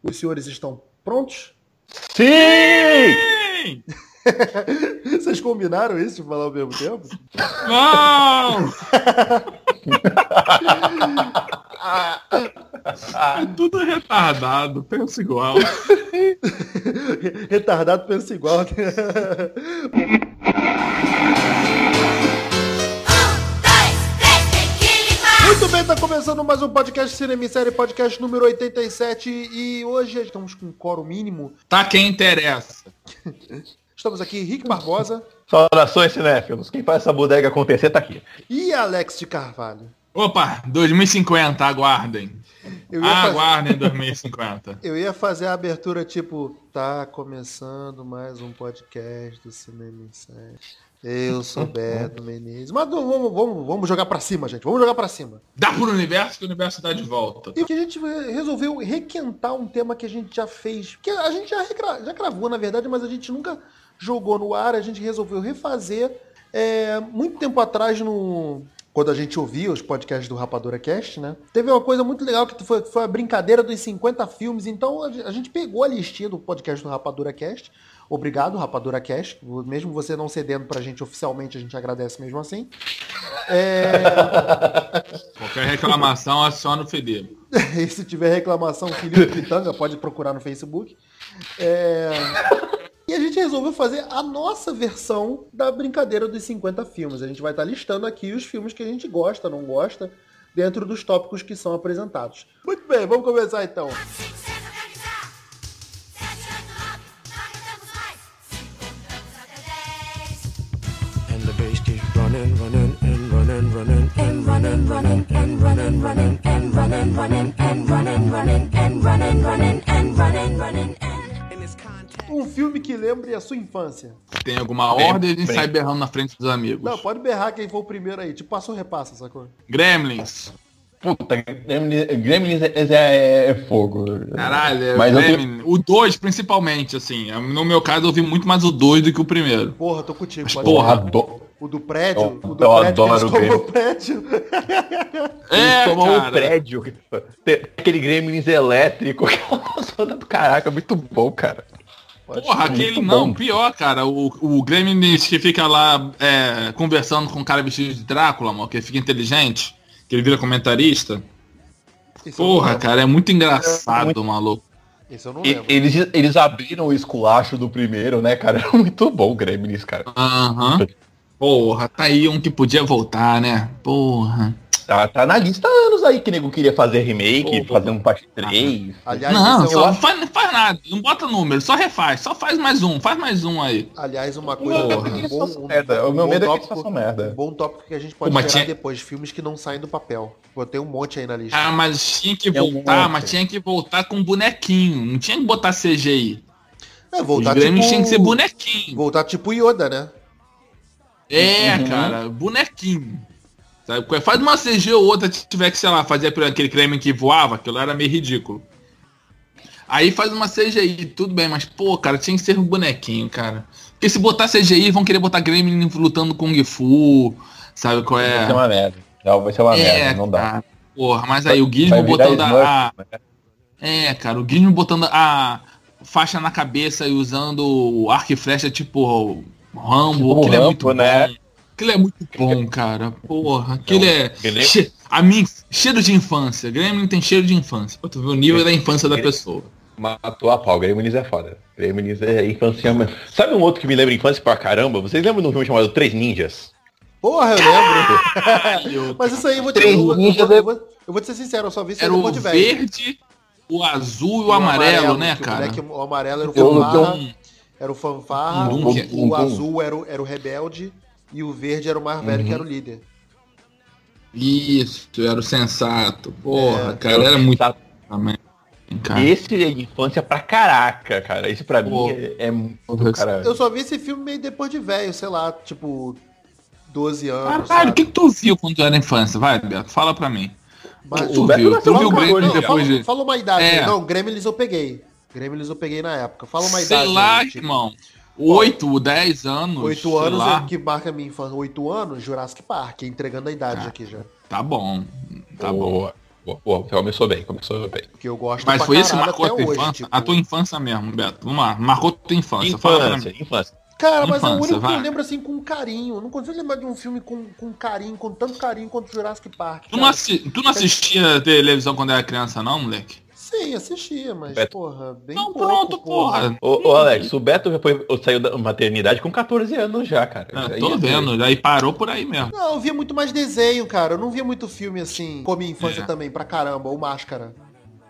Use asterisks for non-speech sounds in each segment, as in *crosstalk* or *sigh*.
Os senhores estão prontos? Sim! Sim! *laughs* Vocês combinaram isso de falar ao mesmo tempo? *laughs* Não! É tudo retardado, pensa igual. Retardado pensa igual. né? *laughs* Muito bem, tá começando mais um podcast Cinema e Série, podcast número 87. E hoje estamos com um coro mínimo. Tá quem interessa. Estamos aqui, Rick Barbosa Saudações, cinéfilos. Quem faz essa bodega acontecer tá aqui. e Alex de Carvalho. Opa, 2050, aguardem. Eu ia, Ah, fazer, Aguardem 2050. eu ia fazer a abertura tipo, tá começando mais um podcast do Cinema e Série. Eu sou Beto Menezes. Mas não, vamos, vamos, vamos jogar pra cima, gente. Vamos jogar pra cima. Dá pro universo que o universo dá de volta. E que a gente resolveu requentar um tema que a gente já fez. Que a gente já, recra- já gravou, na verdade, mas a gente nunca jogou no ar, a gente resolveu refazer. É, muito tempo atrás, no. Quando a gente ouvia os podcasts do Rapadura Cast, né? Teve uma coisa muito legal que foi, foi a brincadeira dos 50 filmes. Então a gen- a gente pegou a listinha do podcast do Rapadura Cast. Obrigado, Rapadura Cast. Mesmo você não cedendo pra gente oficialmente, a gente agradece mesmo assim. Qualquer reclamação é só no Fedelo. *laughs* E se tiver reclamação, Felipe Pitanga, pode procurar no Facebook. É, E a gente resolveu fazer a nossa versão da brincadeira dos 50 filmes. A gente vai estar listando aqui os filmes que a gente gosta, não gosta, dentro dos tópicos que são apresentados. Muito bem, vamos começar então. And the bass keeps running, running, and running, running, and running, running, and running, running, and running, running, and running, running, and running, running, and running, running, and in this contact. Um filme que lembre a sua infância. Tem alguma Bem, ordem, a gente bem. sai berrando na frente dos amigos. Não, pode berrar quem for o primeiro aí. Tipo, passou repassa, sacou? Gremlins. Puta, Gremlins, Gremlins é, é- é fogo. Caralho, é Mas eu tenho- Gremlins. O 2, principalmente, assim. No meu caso, eu vi muito mais o 2 do que o primeiro. Porra, tô contigo. Pode Porra, berrar. do... O do prédio? Eu- o do eu prédio que adoro eles o tomam *laughs* Grêmio. o prédio? É, tomou cara. um prédio. Tem Aquele Gremlins elétrico. *laughs* Aquela zona do caraca, muito bom, cara. Porra, Muito aquele não, bom. pior, cara. O, o Gremlins que fica lá é, conversando com o cara vestido de Drácula, mano, que ele fica inteligente, que ele vira comentarista. Isso eu não Porra, lembro. cara, é muito engraçado, maluco. Isso eu não E- lembro. eles, eles abriram o esculacho do primeiro, né, cara? *laughs* Era muito bom o Gremlins, cara. Aham. Porra, tá aí um que podia voltar, né? Porra. Tá, tá na lista há anos aí que nego queria fazer remake, Porra. fazer um parte 3. Aliás, Não, esse é só um- não faz, não faz nada, não bota número, só refaz, só faz mais um, faz mais um aí. Aliás, uma coisa Não, Porra. é que um eles bom- façam um- merda. um O meu bom medo é que eles tópico- façam Um merda. bom tópico que a gente Pô, pode mas tirar tinha- depois, filmes que não saem do papel. Pô, tem um monte aí na lista. Ah, mas tinha que É um voltar, monte. mas tinha que voltar com um bonequinho, não tinha que botar CGI. é, Os voltar Gremlins tipo... tinha que ser bonequinho. Voltar tipo Yoda, né? É, Uhum. cara, bonequinho. Sabe? Qual é? Faz uma CG ou outra, se tiver que, sei lá, fazer por aquele creme que voava, aquilo era meio ridículo. Aí faz uma CGI, tudo bem, mas pô, cara, tinha que ser um bonequinho, cara. Porque se botar CGI, vão querer botar Gremlin lutando com Kung Fu, sabe qual Vai ser é? uma merda. Não, vai ser uma merda, não dá. cara, porra, mas aí o Vai Gizmo virar botando Smurf, a, né? é, cara, o Gizmo botando a faixa na cabeça e usando arco e flecha tipo Rambo, Tipo aquilo é Rambo, muito né? bom. Aquilo é muito bom, cara. Porra, aquilo é... Beleza? Che... A mim, cheiro de infância. Gremlin tem cheiro de infância. Pra tu ver o nível da infância da pessoa. Matou a pau, Gremlins é foda. Gremlins é infância. mesmo. Sabe um outro que me lembra infância pra caramba? Vocês lembram de um filme chamado Três Ninjas? Porra, eu lembro. Caralho, Mas isso aí eu vou te, Três eu vou, eu ninjas vou- eu vou- eu vou te ser sincero, eu só vi isso aí Era o depois de velho. verde, o azul e o amarelo, né, que o cara? moleque- O amarelo era o Eu- eu- fanfarra, Hum, era o fanfarra, Hum, o, hum, o hum. azul era o, era o rebelde e o verde era o mais velho que era o líder. Isso, era o sensato. Porra, É. cara, era muito Ah. Tá. também. Cara. Esse é infância pra caraca, cara. Esse pra Pô. mim é, é muito Porra, cara. Eu só vi esse filme meio depois de velho, sei lá, tipo 12 anos. Caralho, o sabe? que, que tu viu quando tu era infância? Vai, Beto, fala pra mim. Mas- tu Beto um viu, nasceu tu viu o logo Grêmio agora, depois um fala, de... fala uma idade. É. aí. Não, Gremlins eu peguei. Gremlins eu peguei na época. Fala uma Sei idade. lá, aí, tipo, irmão. 8, 10 anos. Oito sei anos lá. é que marca a minha infância. Oito anos, Jurassic Park, entregando a idade aqui já. Tá bom. Tá bom. Boa. Boa, boa, começou bem, começou bem. Que eu gosto Mas pra foi esse que caralho marcou a até tua hoje, infância? tipo. A tua infância mesmo, Beto. Vamos lá. Marcou tua infância. Fala pra Infância, mim. infância. Cara, mas é o Infância, único que eu vai. lembro assim com carinho. Eu não consigo lembrar de um filme com, com carinho, com tanto carinho quanto Jurassic Park. Tu cara. não, assi- tu não assistia televisão quando era criança, não, moleque? Sim, assistia, mas, Beto. porra, bem Não, pouco, pronto, porra. Ô, ô, Alex, o Beto já foi- saiu da maternidade com 14 anos já, cara. É, Aí- tô vendo. Aí parou por aí mesmo. Não, eu via muito mais desenho, cara. Eu não via muito filme assim, com a minha infância É. também, pra caramba, ou máscara.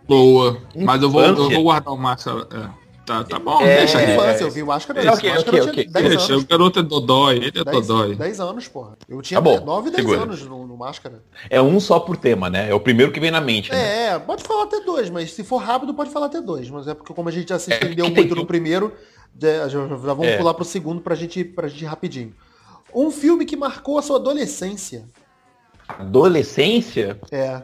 Boa. Mas eu vou, eu Infância. vou guardar o máscara. É. Tá, tá bom, É, deixa Na aí. infância, eu vi máscara. É, isso. ok, máscara eu tinha ok, ok. 10 Deixa, anos. o garoto é dodói, ele é 10, dodói. 10 anos, porra. Eu tinha Tá bom, 9, 10 segura. anos no, no máscara. É um só por tema, né? É o primeiro que vem na mente. né? É, pode falar até dois, mas se for rápido, pode falar até dois. Mas é porque como a gente já se É, estendeu que tem muito no que- primeiro, já, já- já vamos É. pular pro segundo pra gente, pra gente ir rapidinho. Um filme que marcou a sua adolescência. Adolescência? É.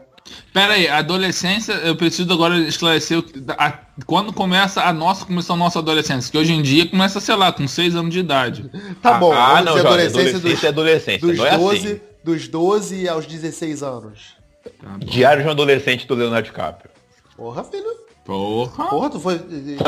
Pera aí, adolescência, eu preciso agora esclarecer o que- a- quando começa a nossa, começou a nossa adolescência, que hoje em dia começa, sei lá, com 6 anos de idade. *laughs* Tá Ah, bom, ah, vamos não, dizer Jorge, adolescência, adolescência é adolescência. dos, dos, não é 12, assim. dos 12 aos 16 anos. Diário de um adolescente do Leonardo DiCaprio. Porra, filho. Porra. Porra, tu foi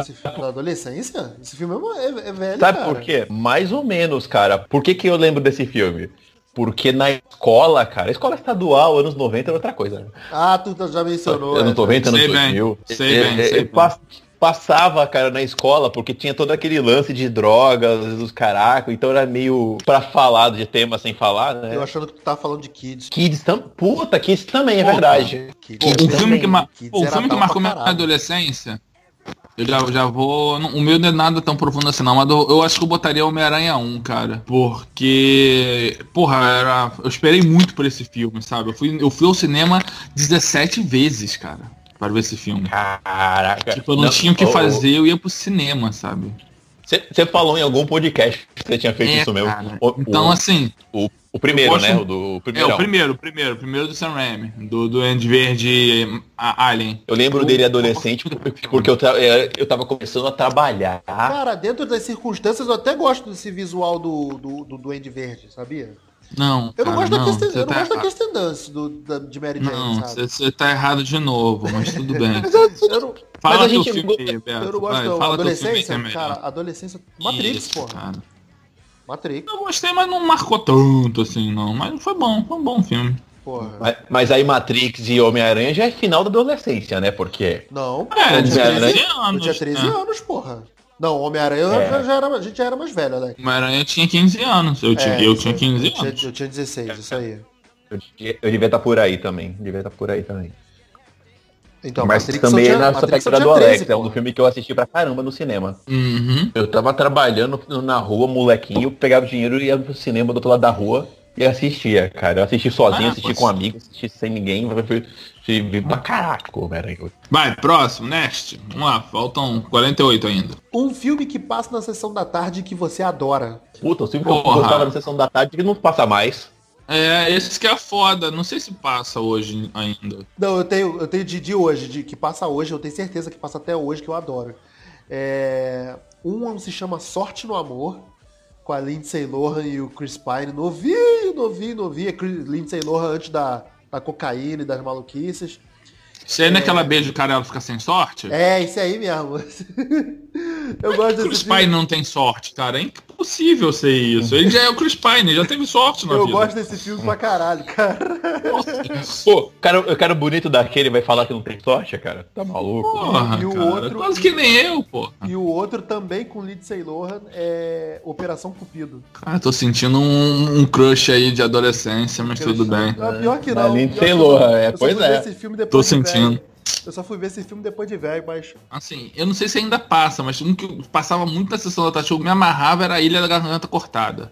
esse filme da adolescência? Esse filme é, é- é velho, Sabe cara. por quê? Mais ou menos, cara. Por que, que eu lembro desse filme? Porque na escola, cara, escola estadual, anos 90 era outra coisa. né? Ah, tu já mencionou. é, Anos 90, anos Sei bem, 2000. sei É, bem, é, sei eu bem. pas- Passava, cara, na escola, porque tinha todo aquele lance de drogas, dos caracos, então era meio pra falar de tema sem falar, né? Eu achando que tu tá falando de Kids. Kids tam... Puta, Kids também, é Porra. verdade. Kids Pô, o também. filme que, mar- Kids pô, o era filme que bom marcou pra minha caralho. adolescência, eu já, já vou. não- O meu não é nada tão profundo assim, não. Mas eu, eu acho que eu botaria Homem-Aranha 1, cara. Porque. Porra, era, eu esperei muito por esse filme, sabe? Eu fui, eu fui ao cinema 17 vezes, cara, para ver esse filme. Caraca. Tipo, eu não, tinha o que fazer, eu ia pro cinema, sabe? Você falou em algum podcast que você tinha feito É, isso mesmo. cara. O- Então, o- assim, O, o primeiro, Eu gosto- né? O do o é primeirão. o primeiro, o primeiro, o primeiro do Sam Raimi, do, do Andy Verde eh, a- Alien. Eu lembro dele adolescente porque- porque eu, tra- é, eu tava começando a trabalhar. Cara, dentro das circunstâncias, eu até gosto desse visual do, do, do Duende Verde, sabia? Não. Eu não cara, gosto da Kirsten- você eu não tá gosto da errado. Kirsten Dance do, da- de Mary Jane, Não, sabe? você tá errado de novo, mas tudo *laughs* bem. Eu não, Fala Mas a teu gente- filme aí, Beto. eu não vai, gosto da fala teu filme aí adolescência, que é melhor. cara. Adolescência. Matrix, Isso, porra. cara. Matrix, Eu gostei, mas não marcou tanto assim, não. Mas foi bom, foi um bom filme. porra. Mas, mas aí Matrix e Homem-Aranha já é final da adolescência, né? Porque. Não, pô, É, eu tinha Homem-Aranha. 13 anos, Eu tinha 13 né? anos, porra. Não, Homem-Aranha eu É. já- já era, a gente já era mais velho, Alex. Homem-Aranha tinha 15 anos. Eu tinha, É, eu isso tinha aí. 15 Eu tinha- anos. Eu tinha 16, isso aí. Eu, eu devia estar por aí também. Devia estar por aí também. Então, mas Matrix eu também tinha- é na Matrix eu pegada do tinha Alex. 13, é um porra. filme que eu assisti pra caramba no cinema. Uhum. Eu tava trabalhando na rua, molequinho, pegava dinheiro e ia pro cinema do outro lado da rua e assistia, cara. Eu assisti sozinho, Ah, assisti pois. com um amigo, assisti sem ninguém. Foi, foi, foi, pra caraca, Homem-Aranha. Vai, próximo, next. Vamos lá, faltam 48 ainda. Um filme que passa na sessão da tarde que você adora. Puta, o filme que eu Porra. gostava na sessão da tarde que não passa mais. É, esse que é foda. Não sei se passa hoje ainda. Não, eu tenho, eu tenho de, de hoje, de que passa hoje, eu tenho certeza que passa até hoje, que eu adoro. É, um se chama Sorte no Amor, com a Lindsay Lohan e o Chris Pine. Novinho, novinho, novinho. É Chris- Lindsay Lohan antes da, da cocaína e das maluquices. Isso aí não é que ela beija o cara e ela fica sem sorte? É, esse aí mesmo. *laughs* Eu gosto O desse Chris filme. Pine não tem sorte, cara. É impossível ser isso. Ele já é o Chris Pine, ele já teve sorte na Eu vida. gosto desse filme pra caralho, cara. Pô, o cara, o cara bonito daquele vai falar que não tem sorte, cara? Tá maluco? Porra, E o cara, outro- Quase que nem eu, pô. E o outro também com Lindsay Lohan é Operação Cupido. Cara, tô sentindo um, um crush aí de adolescência, mas tudo bem. Ah, pior que Da não. Lindsay pior que Lohan, não. é, Eu só pois fui ver é. esse filme depois Tô de sentindo. velho. Eu só fui ver esse filme depois de velho, mas. Assim, eu não sei se ainda passa, mas um que eu passava muito na sessão da tarde, que eu me amarrava era a Ilha da Garganta Cortada.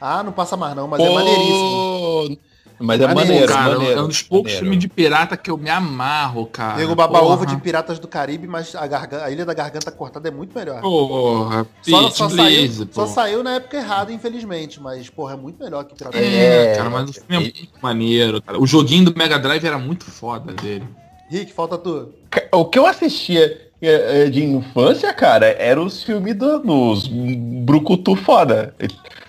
Ah, não passa mais não, mas é Pô, maneiríssimo. Mas é Maneiro, maneiro, cara, maneiro. é um dos poucos maneiro. filmes de pirata que eu me amarro, cara. Nego baba Porra. ovo de Piratas do Caribe, mas a, garga- a Ilha da Garganta Cortada é muito melhor. Porra, Só, Pete só Blaze, saiu, pô. só saiu na época errada, infelizmente, mas, porra, é muito melhor que Piratas do Caribe. É, É, cara, mas o filme é e- muito maneiro, cara. O joguinho do Mega Drive era muito foda dele. Rick, falta tu. Ca- O que eu assistia é, é, de infância, cara, eram os filmes do- dos Brucutu foda.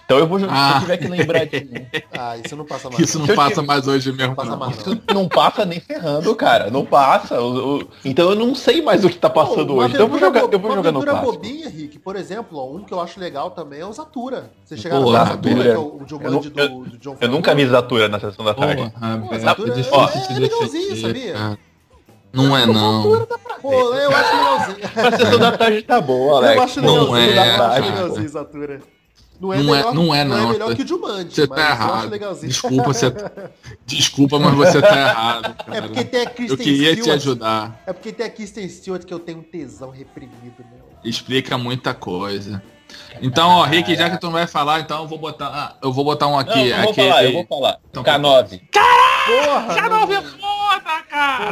Então eu vou jogar. Se Ah. eu tiver que lembrar de. um, Ah, isso não *laughs* passa mais. Isso não Se eu passa tiver- mais hoje mesmo. não passa não. mais. Não. Isso não passa nem ferrando, cara. Não passa. O- o- Então eu não sei mais o que tá passando Pô, uma hoje. Então eu vou aventura jogar, bo- eu vou uma jogar no aventura clássico. bobinha, Rick. Por exemplo, ó, um que eu acho legal também é o Zatura. Você chegar Pô, no Zatura, Zatura. que é o o Jumanji Eu do, do John Eu nunca vi Zatura na sessão da tarde. Porra, Pô, velho, Zatura é é- difícil é de legalzinho, defender, sabia? cara. Não é não. Pô, eu acho legalzinho. A sessão da tarde tá boa, Alex. eu acho Pô, legalzinho, é, eu acho cara. legalzinho, Zatura. Não Não é- não é, não. melhor que o Jumanji, Você mas tá eu acho errado. legalzinho. Desculpa, você tá- Desculpa, mas *laughs* você tá errado. É cara. porque tem a Eu Kristen queria te Stewart. ajudar. É porque tem a Kristen Stewart que eu tenho um tesão reprimido, meu. Explica muita coisa. Então, ó, Rick, já que tu não vai falar, então eu vou botar. ah, eu vou botar um Não, aqui. eu vou aqui falar, eu vou falar. Então, K9. Porra! não, foda,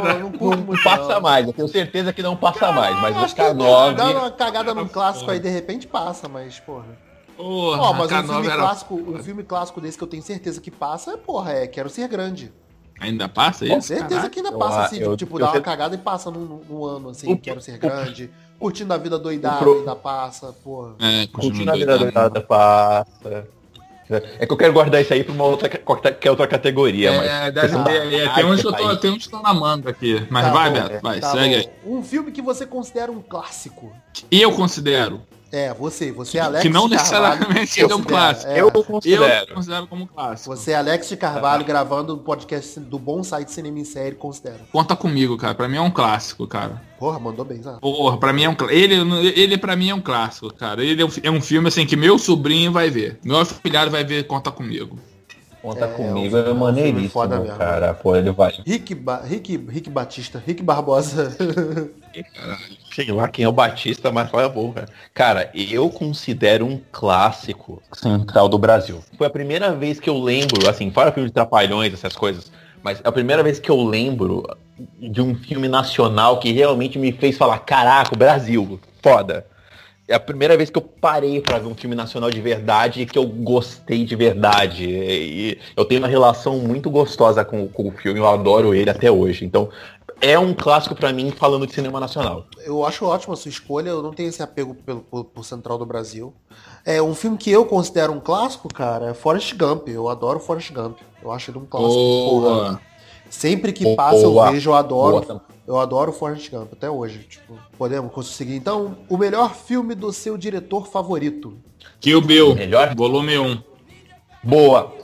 pô, eu não curto Não é muito, passa mais, eu tenho certeza que não passa mais, mas Acho o que dá K9. uma cagada num clássico aí, de repente passa, mas, porra. Porra, Ó, mas um K9 filme, era- clássico, um filme clássico desse que eu tenho certeza que passa é, porra, é Quero Ser Grande. Ainda passa Com isso? certeza Caraca. que ainda eu passa, a- assim, eu- tipo, eu dá uma sei- cagada e passa num, num ano, assim, O- Quero Ser o- Grande, Curtindo a Vida Doidada, pro- ainda passa, porra. É, Continua a continua vida doidado. doidada, passa. É que eu quero guardar isso aí pra uma outra, qualquer tá, outra categoria, É, *laughs* mas. deve ter. é, Tem Ai, uns que que eu tô- país. tem uns que estão na manga aqui. Mas Tá vai, bom, Beto, vai, Tá segue aí. bom. Um filme que você considera um clássico. Eu considero. É, você, você é Alex que não de Carvalho, necessariamente ele é um considera, clássico. é. Eu Eu considero. considero como clássico. Você é Alex de Carvalho gravando o podcast do Bom Site Cinema em Série, considera. Conta comigo, cara. Pra mim é um clássico, cara. Porra, mandou bem, sabe? Porra, pra mim é um clá- ele Ele pra mim é um clássico, cara. Ele é um, fi- é um filme assim que meu sobrinho vai ver. Meu afilhado vai ver Conta Comigo. Conta É, comigo, é um é filme maneiríssimo, foda mesmo. cara. Pô, ele vai. Rick, ba Rick, Rick Batista, Rick Barbosa. Sei lá quem é o Batista, mas qual é a boca. Cara, eu considero um clássico central do Brasil. Foi a primeira vez que eu lembro, assim, fora filme de Trapalhões, essas coisas, mas é a primeira vez que eu lembro de um filme nacional que realmente me fez falar, caraca, o Brasil, foda. É a primeira vez que eu parei pra ver um filme nacional de verdade e que eu gostei de verdade. E eu tenho uma relação muito gostosa com, com o filme, eu adoro ele até hoje. Então, é um clássico pra mim falando de cinema nacional. Eu acho ótima a sua escolha, eu não tenho esse apego pelo, por, por Central do Brasil. É um filme que eu considero um clássico, cara, é Forrest Gump. Eu adoro Forrest Gump. Eu acho ele um clássico. porra. Porra. Sempre que passa Boa. eu vejo, eu adoro. Boa. Eu adoro Forrest Gump até hoje. Tipo, podemos conseguir. Então, o melhor filme do seu diretor favorito. Kill Bill. Melhor? Volume 1. Boa.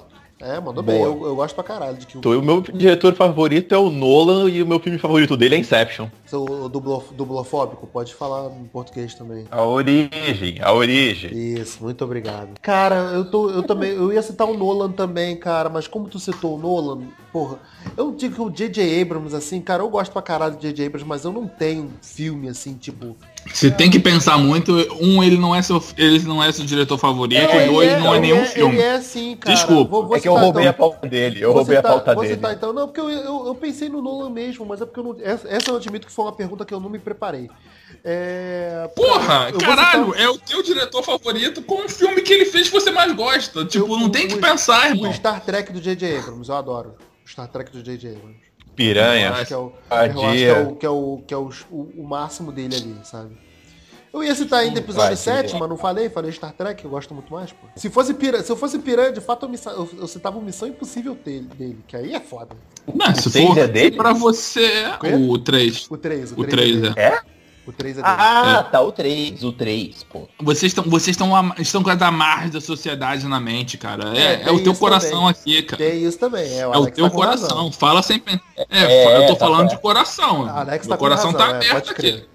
É, mandou Boa. bem. Eu, eu gosto pra caralho de que o, Então, O meu diretor favorito é o Nolan e o meu filme favorito dele é Inception. seu dublo, dublofóbico. Pode falar em português também. A origem, a origem. Isso, muito obrigado. Cara, eu tô, eu também, eu ia citar o Nolan também, cara, mas como tu citou o Nolan, porra, eu não digo que o J.J. Abrams assim, cara, eu gosto pra caralho do J.J. Abrams, mas eu não tenho filme assim, tipo, Se tem que pensar muito, um, ele não é seu, ele não é seu diretor favorito, É, e dois, é, não é ele nenhum ele filme. é sim, cara. Desculpa, É que eu citar, roubei a então. pauta dele, eu Vou roubei a citar- pauta vou dele. citar então, não, porque eu, eu, eu pensei no Nolan mesmo, mas é porque eu não. Essa, essa eu admito que foi uma pergunta que eu não me preparei. É, Porra, eu vou caralho, citar é o teu diretor favorito com o filme que ele fez que você mais gosta. Tipo, Eu- não tem que o- pensar, O irmão. Star Trek do J.J. Abrams, eu adoro. O Star Trek do J.J. Abrams. Eu Piranha. acho que é o, Vadia. eu acho que é o, que é o, que é o, o máximo dele ali, sabe? Eu ia citar ainda episódio Vai, sim. 7, mas não falei, falei Star Trek, eu gosto muito mais, pô. Se, fosse pira, se eu fosse piranha, de fato eu, me sa- eu, eu citava o Missão Impossível dele, dele, que aí é foda. Não, se seis for é dele? pra você, quê? o 3. O 3, O 3 é. O 3 é dele. Ah, tá, o 3, o 3, pô. Vocês estão vocês estão am- estão com as amarras da sociedade na mente, cara. É, É, é, tem o teu isso coração também. aqui, cara. Tem isso também. É, É o Alex teu tá com coração. razão. Fala sem pen- É, É, fa- eu tô tá falando certo. de coração. A Alex tá Meu com coração razão, tá é, aberto pode crer. aqui.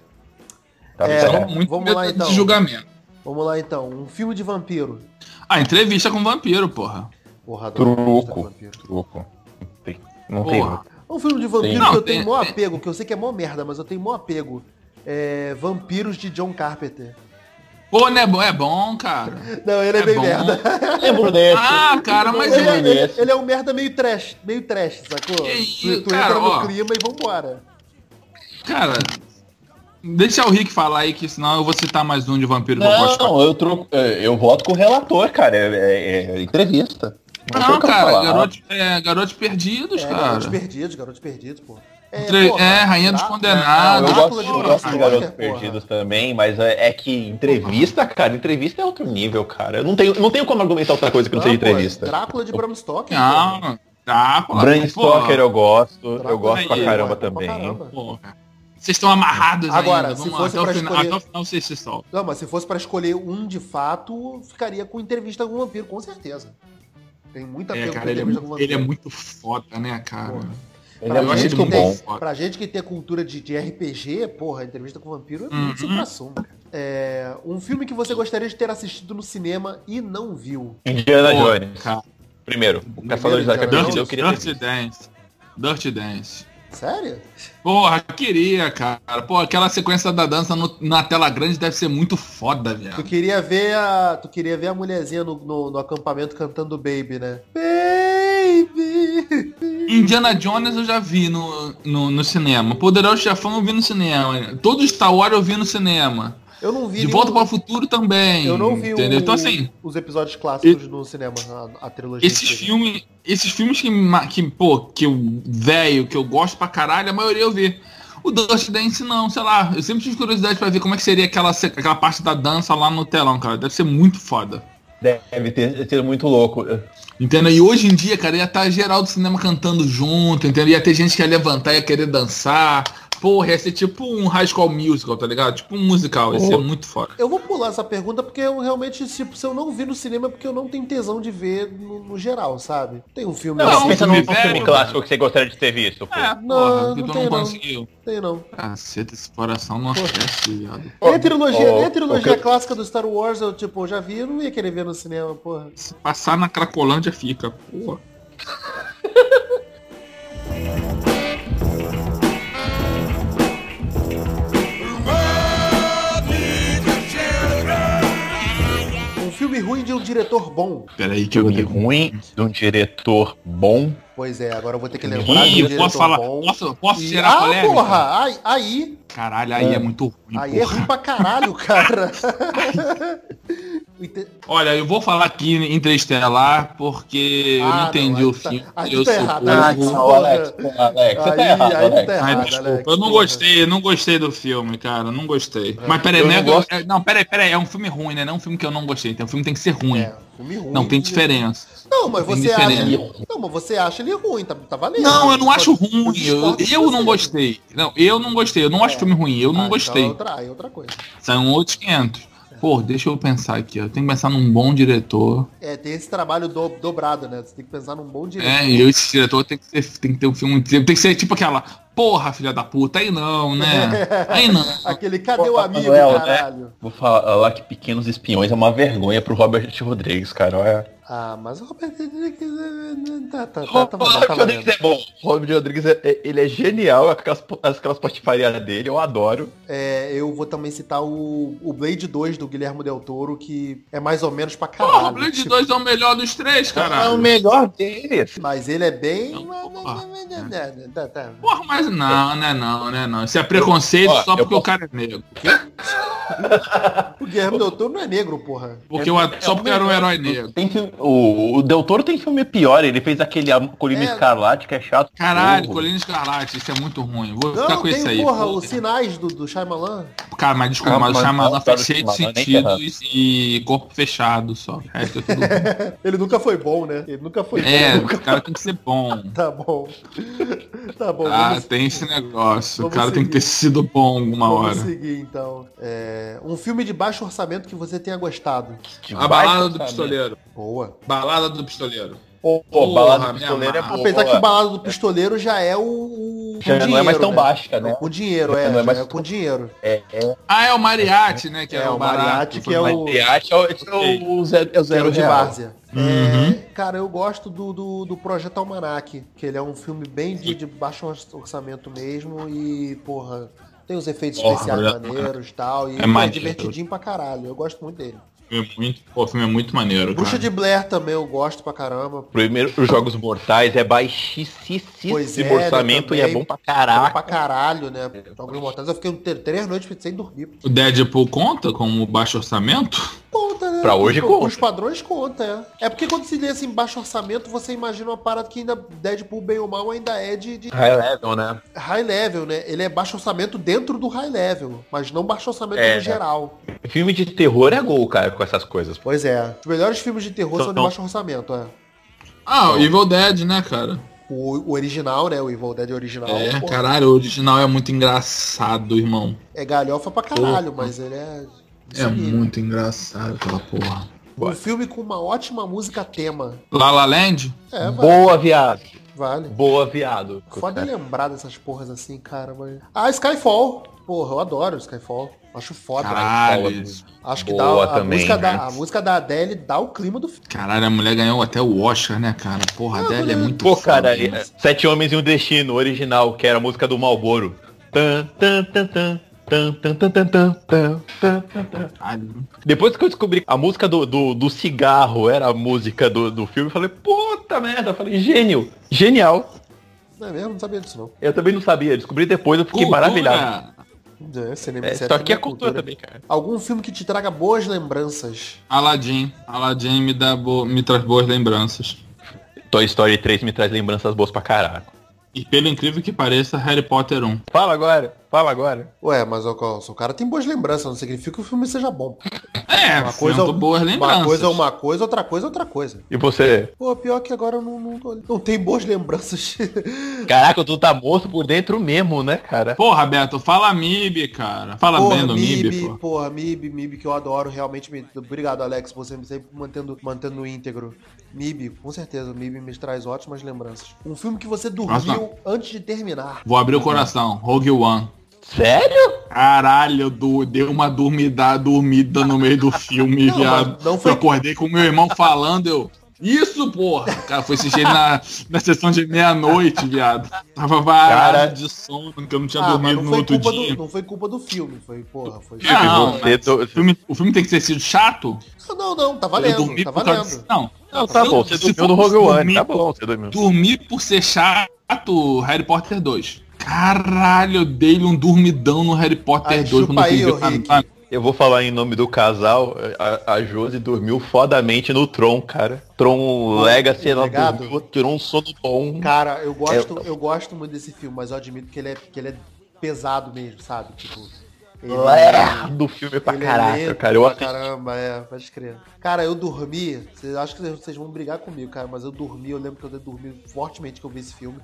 Tá É, Tô com certo. muito vamos medo lá, então. de julgamento. Vamos lá então. Um filme de vampiro. Ah, entrevista com o vampiro, porra. Porra, adoro entrevista com Truco. vampiro. Truco. Não tem. Não tem. Porra. Um filme de vampiro Sim. que Não, eu tem- tenho mó tem- apego, que eu sei que é mó merda, mas eu tenho mó apego. É Vampiros de John Carpenter. Pô, né, bo- é bom, cara. Não, ele é, É bem bom. merda. Lembro desse. Ah, cara, mas Ele, é- eu... ele- conheço. ele é um merda meio trash, meio trash, sacou? Que isso, tu cara, entra no ó. clima e vambora. Cara, deixa o Rick falar aí, que senão eu vou citar mais um de vampiro que eu gosto. pra- Não, eu troco. é, Eu voto com o relator, cara. É, é- é entrevista. Não, tem o que eu cara, falar. garoto, é, garotos perdidos, É, cara. Garotos Perdidos, Garotos Perdidos, pô. É, Tre- porra, é, Rainha dos Drácula- Condenados. eu Drácula gosto, Ah, de eu gosto de Frankenstein, Garotos porra. Perdidos também, mas é, é que entrevista, cara, entrevista é outro nível, cara. Eu não tenho, não tenho como argumentar outra coisa que não, seja Não, pô, é entrevista. Drácula de Bram Stoker. porra. Não, Drácula. Bram pô, Stoker é eu gosto, Drácula eu gosto pra aí, caramba porra, também. é pra caramba. porra. Vocês estão amarrados Agora, ainda. se Vamos lá, fosse até, pra o final, escolher- até o final vocês se soltam. Não, mas se fosse pra escolher um de fato, ficaria com entrevista com o vampiro, com certeza. Tem muita É, pena cara, ele, é mu- ele é muito foda, né, cara? Porra. Ele é Eu acho muito ele bom. muito foda. Pra gente que tem cultura de, de RPG, porra, entrevista com o vampiro é Uhum. muito supra-sumo, cara. É, um filme que você gostaria de ter assistido no cinema e não viu. Indiana Pô, Jones. cara. Primeiro, o Caçador de Indiana Vagabundo Jones. eu Dirty, queria ter Dirty visto. Dance. Dirty Dance. Sério? Porra, queria, cara. Pô, aquela sequência da dança no- na tela grande deve ser muito foda, Tu velho. queria ver a, tu queria ver a mulherzinha no, no- no acampamento cantando Baby, né? Baby! Indiana Jones eu já vi no, no, no cinema. Poderoso Chefão eu vi no cinema. Todo Star Wars eu vi no cinema. Eu não vi De nenhum- Volta para o Futuro também. Eu não vi entendeu? o- Então assim, os episódios clássicos no cinema, a, a trilogia. esses inteira. filmes, esses filmes que, ma- que pô, que eu velho, que eu gosto pra caralho, a maioria eu vi. O Dust Dance não, sei lá. Eu sempre tive curiosidade pra ver como é que seria aquela, se- aquela parte da dança lá no telão, cara. Deve ser muito foda. Deve ter sido muito louco. Entendeu? E hoje em dia, cara, ia estar geral do cinema cantando junto, entendeu? Ia ter gente que ia levantar, ia querer dançar. Porra, ia ser tipo um high school musical, tá ligado? Tipo um musical, ia ser Porra. muito foda. Eu vou pular essa pergunta porque eu realmente, tipo, se eu não vi no cinema, é porque eu não tenho tesão de ver no, no geral, sabe? Tem um filme Não, Não, assim. pensa filme num filme velho. clássico que você gostaria de ter visto, pô. É, Não, porra, que não tu tem não não. conseguiu. Tem não. Caceta, esse coração não Porra. aquece, viado. nem a trilogia, ó, nem a trilogia ok. clássica do Star Wars, eu, tipo, eu já vi, eu não ia querer ver no cinema, porra. Se passar na Cracolândia, fica. Porra. Um filme ruim de um diretor bom. Peraí que eu Filme ligo. ruim, de um diretor bom. Pois é, agora eu vou ter que Ih, lembrar de um Ih, diretor posso falar? bom. Posso, posso E- gerar Ah, polêmica? porra! Aí, aí, Caralho, aí é, muito ruim, aí é porra. ruim pra caralho, *laughs* cara. Ente- Olha, eu vou falar aqui em Interestelar, porque eu Ah, não entendi aí o tu tá- filme. aí tu eu tá sou errado, burro. Alex, não, Alex, você Alex, tá Aí- errado, aí tu Alex. tá errado. Ai, Nada, desculpa, Alex, eu não porra. gostei, eu não gostei do filme, cara, eu não gostei. Mas peraí, Eu não, é, não gosto. é- não, peraí, peraí, é um filme ruim, né? Não é um filme que eu não gostei, então o filme tem que ser ruim. É, filme ruim. não, tem de- diferença. Não, mas Tem você acha. diferença. Não, mas você acha ele ruim, tá, tá valendo. Não, eu não acho Eu ruim, eu, discordo de eu não você. gostei. Não, eu não gostei, eu não acho É. filme ruim, eu Ah, então não é gostei. outra, aí é outra coisa. São outros 500. Pô, deixa eu pensar aqui, eu tenho que pensar num bom diretor. É, tem esse trabalho do- dobrado, né? Você tem que pensar num bom direito. É, e esse diretor tem que, ser- tem que ter um filme inteiro. Tem que ser tipo aquela, porra, filha da puta, aí *laughs* não, né? Aí não. Aquele cadê o Pô, amigo, Manuel, né? caralho? Vou falar que Pequenos Espiões é uma vergonha pro Robert Rodrigues, cara. olha. Ah, mas o Robert Rodrigues, eh, Tá, tá, tá, tá, valendo, Robert tá Rodrigues valendo. é bom. Robert Rodrigues, é, é- ele é genial, aquelas, aquelas patifarias dele, eu adoro. É, eu vou também citar o, o Blade 2 do Guilherme Del Toro, que é mais ou menos pra caralho. Porra, o Blade tipo, 2 é o melhor dos três, É o caralho. melhor assim. deles. Mas ele é bem. Não, Tá, tá. Porra, mas não, né não, né não. Isso é preconceito Ó, só eu porque posso- o cara é negro. O Guilherme Del Toro não é negro, porra. Porque o ator- é só porque era um herói negro. Tem filme- o, o Del Toro tem filme pior, ele fez aquele A Colina É. Escarlate, que é chato. Caralho, Porra. Colina Escarlate, isso é muito ruim. Vou ficar Não, com isso tem, aí. porra, Pô, os sinais do, do Shyamalan. *laughs* Cara, mas desculpa, Ah, mas o mas- Shyamalan cara, faz cheio de Shyamalan, nem sentido e, e corpo fechado só. O resto *laughs* é tudo bom. Ele nunca foi bom, né? Ele nunca foi É, bom. *laughs* o cara tem que ser bom. Tá bom. *laughs* Tá bom. Ah, vamos- tem esse negócio. O Vamos cara tem que ter sido bom alguma Vamos hora. seguir então. É, um filme de baixo orçamento que você tenha gostado. Que A baita balada do merda. pistoleiro. Boa. Balada do pistoleiro. Pô, Porra, balada do me pistoleiro é amarra. boa. Apesar que o balado do pistoleiro já é o. o- Já com não é mais tão né? baixa, né? Com dinheiro, é. Já não é Já mais é com dinheiro. É, é. Ah, é o Mariachi, né? Que é, É, o o Mariachi, Mariachi, que é o- E acho que é o zero, é o zero Zero de real. várzea. Uhum. É, cara, eu gosto do, do, do Projeto Almanac, que ele é um filme bem de, de baixo orçamento mesmo e, porra, tem os efeitos Porra, especiais Projeto maneiros e tal. E É pô, é maneiro. divertidinho pra caralho. Eu gosto muito dele. É muito, pô, o filme é muito maneiro, cara. Bruxa de Blair também eu gosto pra caramba. Primeiro, os Jogos Mortais é baixíssimo Pois é, orçamento né, e é também. bom pra Bom caraca. Pra caralho, né? Jogos um Mortais. Eu fiquei ter- três noites sem dormir. O Deadpool conta como baixo orçamento? Conta, né? Pra hoje com, com conta. os padrões conta, é. É porque quando se lê assim, baixo orçamento, você imagina uma parada que ainda Deadpool, bem ou mal, ainda é de, de High level, né? high level, né? Ele é baixo orçamento dentro do high level, mas não baixo orçamento É. no geral. Filme de terror é gol, cara, com essas coisas. pô. Pois é. Os melhores filmes de terror Então- são de baixo orçamento, é. Ah, o Evil Dead, né, cara? O, o original, né? O Evil Dead original. pô, É, É, caralho, o original é muito engraçado, irmão. galhofa pra caralho, Porra. mas ele é. É muito engraçado aquela porra. Um filme com uma ótima música tema. La La Land? É, vale. Boa, viado. vale. Boa, viado. Foda é lembrar dessas porras assim, cara. Mas... Ah, Skyfall. Porra, eu adoro Skyfall. Acho Tá foda. Caralho. Acho que Boa dá a também, música né? da a música da Adele dá o clima do filme. Caralho, a mulher ganhou até o Oscar, né, cara? Porra, a Adele é muito Pô, foda, né? cara, irmão. é- Sete Homens e um Destino, original, que era a música do Malboro. Tan, tan, tan, tan, tan, tan, tan, tan, tan, tan, tan, tan, tan. Caralho. Depois que eu descobri que a música do, do, do cigarro era a música do, do filme, eu falei, puta merda, eu falei, gênio, genial. Não é mesmo? Não sabia disso, não. Eu também não sabia, descobri depois, eu fiquei Cultura. maravilhado. É, cinema É, etc. isso aqui é Também cultura também, cara. Algum filme que te traga boas lembranças. Aladdin. Aladdin me, dá bo... me traz boas lembranças. Toy Story 3 me traz lembranças boas pra caralho. E pelo incrível que pareça, Harry Potter 1. Fala agora, fala agora. Ué, mas ó, ó, se o cara tem boas lembranças, não significa que o filme seja bom. É, Uma coisa, um, sinto boas lembranças. uma coisa é uma coisa, outra coisa é outra coisa. E você? Pô, pior que agora eu não, não, tô- não tem boas lembranças. Caraca, tu tá morto por dentro mesmo, né, cara? Porra, Beto, fala MIB, cara. Fala Tá bem do MIB, pô. porra, MIB, MIB, que eu adoro, realmente. Me... Obrigado, Alex, por você me sempre mantendo, mantendo íntegro. MIB, com certeza, o MIB me traz ótimas lembranças. Um filme que você dormiu Nossa. antes de terminar. Vou abrir o coração. Rogue One. Sério? Caralho, eu du- dei uma dormida, dormida no meio do filme, Não, viado. mas não foi- Eu acordei com meu irmão falando, eu. Isso, porra! Cara, foi assistir na, na sessão de meia-noite, viado. Tava varado Cara- de sono, que eu não tinha Ah, mas dormido não no foi, outro culpa dia. do, não foi culpa do filme, foi, porra, foi... Não, Você mas do- Tipo, o, filme, o filme tem que ter sido chato? Não, não, não, tá valendo, tá por causa disso. valendo. Não. Não, tá Se eu- bom, você se dormiu for no Rogue One, dormir tá por- bom, você dormiu. Dormir por ser chato, Harry Potter 2. Caralho, eu dei um dormidão no Harry Potter Ai, 2 Ah, chupa aí, ô pra- Rick. pra- Eu vou falar em nome do casal, a, a Josi dormiu fodamente no Tron, cara. Tron Legacy, ela legado. dormiu, tirou um sono bom. Cara, eu gosto, É. eu gosto muito desse filme, mas eu admito que ele é, que ele é pesado mesmo, sabe? Tipo... ele- Lerdo filme pra Ele é caraca, lento cara. Eu pra assisti caramba, é, pode crer. Cara, eu dormi, vocês- acho que vocês- vocês vão brigar comigo, cara, mas eu dormi, eu lembro que eu dormi fortemente que eu vi esse filme.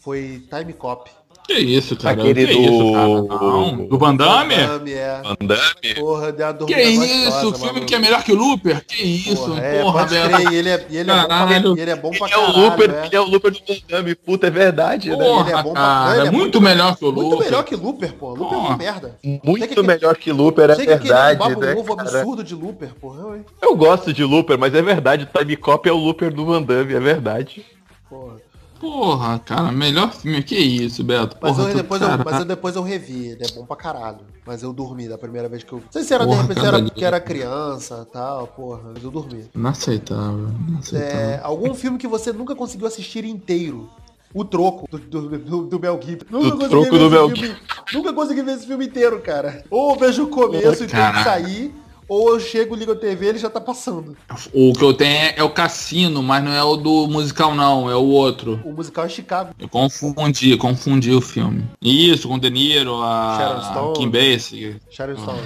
Foi Time Cop. Que isso, cara? Aquele que do- isso, cara? Não. Do Van Damme? Dame, é. Van Damme. Porra, deu uma dormida Que isso? gostosa, O filme maluco. que é melhor que o Looper? Que isso, Porra, porra, é, pode velho. crer, e ele é, e ele é bom pra, Caralho. e ele é bom pra Ele é o caralho, Looper, é. ele é o Looper do Van Damme, puta, é verdade, né? ele é Porra, bom pra- cara, ele é muito, muito melhor que o Looper. Muito melhor que Looper, pô. Looper é uma Porra. merda. Sei que Muito aquele- melhor que Looper, é Sei que aquele era um verdade, babo né, ovo cara? absurdo de Looper, porra. hein? Eu gosto de Looper, mas é verdade, o Time Cop é o Looper do Van Damme, é verdade. Porra. Porra, cara, melhor filme. Que isso, Beto? Mas, Porra, eu, tu- depois eu, cara- tá- mas eu- depois eu revi, ele é bom pra caralho. Mas eu dormi da primeira vez que eu. Não sei se era de Porra, repente se cada era dia. que era criança tal, porra, mas eu dormi. Inaceitável, inaceitável. É, algum filme que você nunca conseguiu assistir inteiro. O Troco, do, do, do- do Mel Gibson. Nunca consegui Troco ver do esse Mel filme- Nunca consegui ver esse filme inteiro, cara. Ou eu vejo o começo e tenho que Caraca. sair, ou eu chego, ligo a TV e ele já tá passando. O que eu tenho é, é o Cassino, mas não é o do musical, não. É o outro. O musical é Chicago. Eu confundi, confundi o filme. Isso, com o De Niro, Sharon a Stone. Kim Basic. Sharon Stone.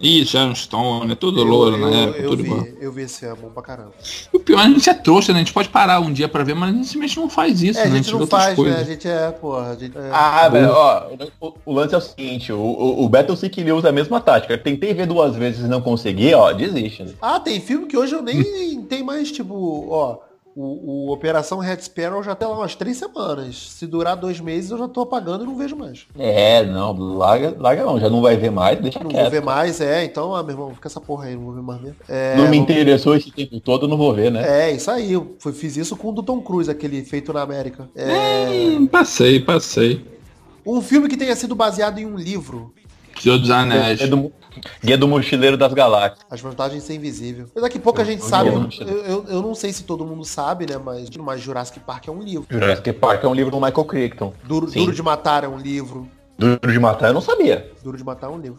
Ih, Sharon Stone, é tudo Eu- louro na eu, época, eu tudo vi, igual. eu vi esse filme, é bom pra caramba. O pior, a gente é trouxa, né? A gente pode parar um dia pra ver, mas a gente simplesmente não faz isso, É, a né? gente vê não outras faz, né? coisas. A gente é, porra. A gente, é... Ah, velho, ó, o, o lance é o seguinte, o, o, o Battlefield ele usa a mesma tática. Tentei ver duas vezes e não consegui, ó, desiste. né? Ah, tem filme que hoje eu nem tem mais, tipo, ó. O, o Operação Red Sparrow já tem lá umas três semanas. Se durar dois meses, eu já tô apagando e não vejo mais. É, não, larga, larga não, já não vai ver mais, deixa Não vou Tá quieto. ver mais, é. Então, ah, meu irmão, fica essa porra aí, não vou ver mais mesmo. É, não me vamos- interessou esse tempo todo, não vou ver, né? É, isso aí. Eu fui- fiz isso com o do Tom Cruise, aquele feito na América. É, Hum, Passei, passei. um filme que tenha sido baseado em um livro. Senhor dos Anéis. É, Guia, do, Guia do Mochileiro das Galáxias. As vantagens de ser invisível. Mas daqui a pouco a gente sabe. não. Eu, eu- eu não sei se todo mundo sabe, né? Mas, mas Jurassic Park é um livro. Jurassic Park é um livro do Michael Crichton. Duro, Sim. Duro de Matar é um livro. Duro de Matar eu não sabia. Duro de Matar é um livro.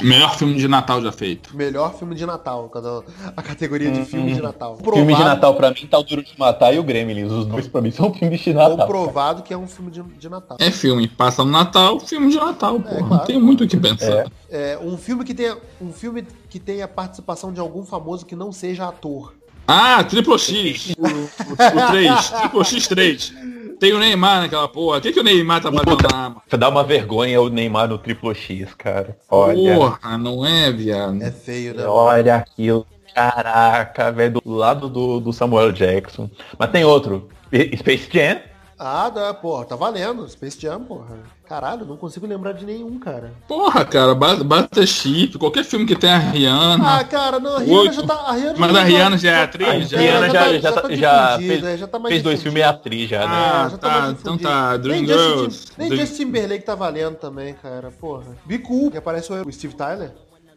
Melhor filme de Natal já feito. Melhor filme de Natal, cada- a categoria de filme de Natal. Hum, Filme de Provado- Natal pra mim tá o Duro de Matar e o Gremlins. Os dois pra mim são filmes de Natal. Comprovado que é um filme de, de Natal. É filme. Passa no Natal, filme de Natal, porra. Não É, claro. tem muito o que pensar. É. É, um filme que tenha um filme que tenha participação de algum famoso que não seja ator. Ah, Triple X. O, o 3. Triple X 3. Tem o Neymar naquela porra. O que, que o Neymar tá batendo na arma? Você dá uma vergonha o Neymar no triplo X, cara. Olha. Porra, não é, viado? É feio, né? Olha aquilo. Caraca, velho. Do lado do, do Samuel Jackson. Mas tem outro. E- Space Jam. Ah, dá, porra, tá valendo. Space Jam, porra. Caralho, não consigo lembrar de nenhum, cara. Porra, cara, Ba- Battleship, qualquer filme que tem a Rihanna. Ah, cara, não, a Rihanna Oito. já tá. A Rihanna Mas tá- a Rihanna já é atriz, Já, Já- né? é, Diana já, já, tá- tá já difundida, fez, é, já tá mais fez dois difundida. filmes e atriz já, né? Ah, já tá, mais então difundido. tá, Dream nem Justin, Girls. nem Dream- Justin Timberlake tá valendo também, cara. Porra. Be cool, que aparece o Steve Tyler.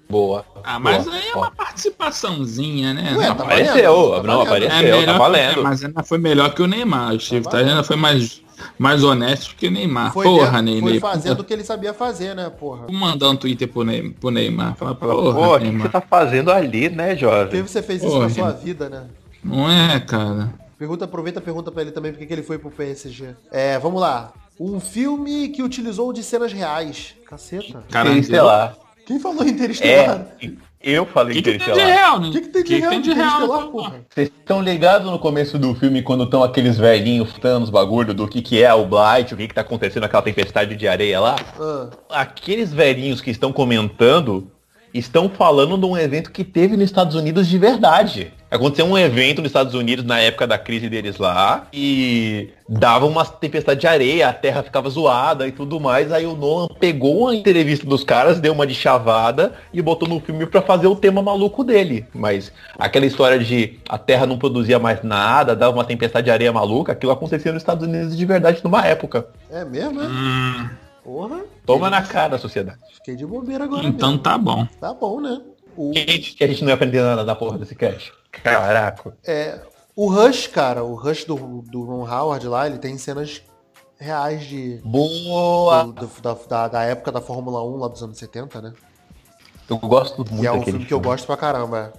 Boa. Ah, mas Boa. aí é Boa. uma participaçãozinha, né? Ué, Não, tá valendo. Apareceu, Tá não, valendo. é apareceu, tá valendo. mas ainda foi melhor que o Neymar. O Steve Tá Tyler ainda foi mais, mais honesto que o Neymar. Foi, dentro- porra, Ney, foi Ney. fazendo o que ele sabia fazer, né, porra? Vou mandar um Twitter pro, Ney, pro Neymar. Fala, Fala, porra, Pô, o que, que Neymar. você tá fazendo ali, né, Porque jovem? você fez isso Porra, na sua Rihanna. vida, né? Não é, cara. Pergunta, aproveita e pergunta pra ele também porque que ele foi pro PSG. É, vamos lá. Um filme que utilizou de cenas reais. Caceta. Caralho, sei lá. Quem falou É, Interestelar? eu falei que, que tem de interestelar. real, né? O que, que tem de real de Interestelar, porra? Vocês estão ligados no começo do filme quando estão aqueles velhinhos fitando os bagulho do que, que é o Blight, o que, que tá acontecendo naquela tempestade de areia lá? Ah, Aqueles velhinhos que estão comentando estão falando de um evento que teve nos Estados Unidos de verdade. Aconteceu um evento nos Estados Unidos na época da crise deles lá e dava uma tempestade de areia, a terra ficava zoada e tudo mais. Aí o Nolan pegou a entrevista dos caras, deu uma de chavada e botou no filme pra fazer o tema maluco dele. Mas aquela história de a terra não produzia mais nada, dava uma tempestade de areia maluca, aquilo acontecia nos Estados Unidos de verdade numa época. é mesmo, né? Hum, Porra, Toma na cara da sociedade. fiquei de bobeira agora então mesmo. tá bom. Tá bom, né? O, Gente, que a gente não ia aprender nada da porra desse cast. Caraca. é, o Rush, cara, o Rush do, do Ron Howard lá, ele tem cenas reais de... Boa! do- do- da, da- da época da Fórmula 1 lá dos anos 70, né? Eu gosto muito E é um daquele filme que eu gosto pra caramba.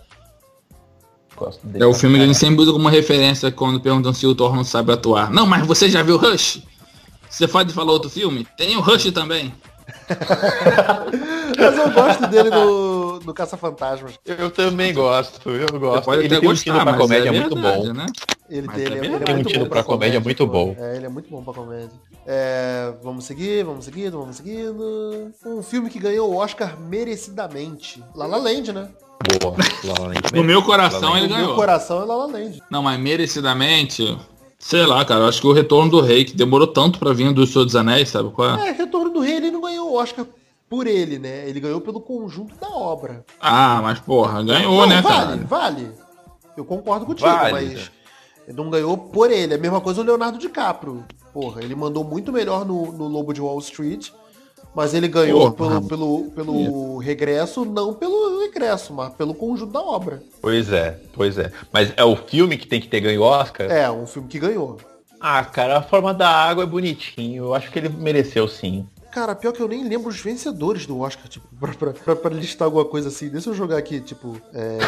Gosto dele É o filme que a pra gente sempre usa como referência quando perguntam se o Thor não sabe atuar. Não, mas você já viu Rush? Você pode falar outro filme? Tem o Rush também. Mas eu gosto dele no, no Caça-Fantasmas. caralho. Eu também gosto, eu Você gosto. pode ele tem um estilo pra comédia muito bom. né? Ele, Mas tem, ele, é- também ele tem é um muito tiro bom pra pra comédia muito pô. bom. É, ele é muito bom pra comédia. É, vamos seguir, vamos seguindo, vamos seguindo. Um filme que ganhou o Oscar merecidamente. La La Land, né? Boa. Lá lá em No cima. meu coração ele o meu ganhou. coração é La La Land. Não, mas merecidamente, sei lá, cara. eu Acho que o Retorno do Rei, que demorou tanto pra vir do Senhor dos Anéis, sabe qual é? É, Retorno do Rei, ele não ganhou o Oscar por ele, né? Ele ganhou pelo conjunto da obra. Ah, mas porra, ganhou, Não, né, vale, cara? vale. Eu concordo contigo, Vale, mas ele não ganhou por ele. É a mesma coisa o Leonardo DiCaprio. Porra, ele mandou muito melhor no, no Lobo de Wall Street, mas ele ganhou Porra. pelo, pelo, pelo regresso, não pelo regresso, mas pelo conjunto da obra. Pois é, pois é. Mas é o filme que tem que ter ganho Oscar? É, um filme que ganhou. Ah, cara, a forma da água é bonitinho. Eu acho que ele mereceu sim. Cara, pior que eu nem lembro os vencedores do Oscar, tipo, *laughs* pra, pra, pra- pra listar alguma coisa assim. Deixa eu jogar aqui, tipo, *laughs* é,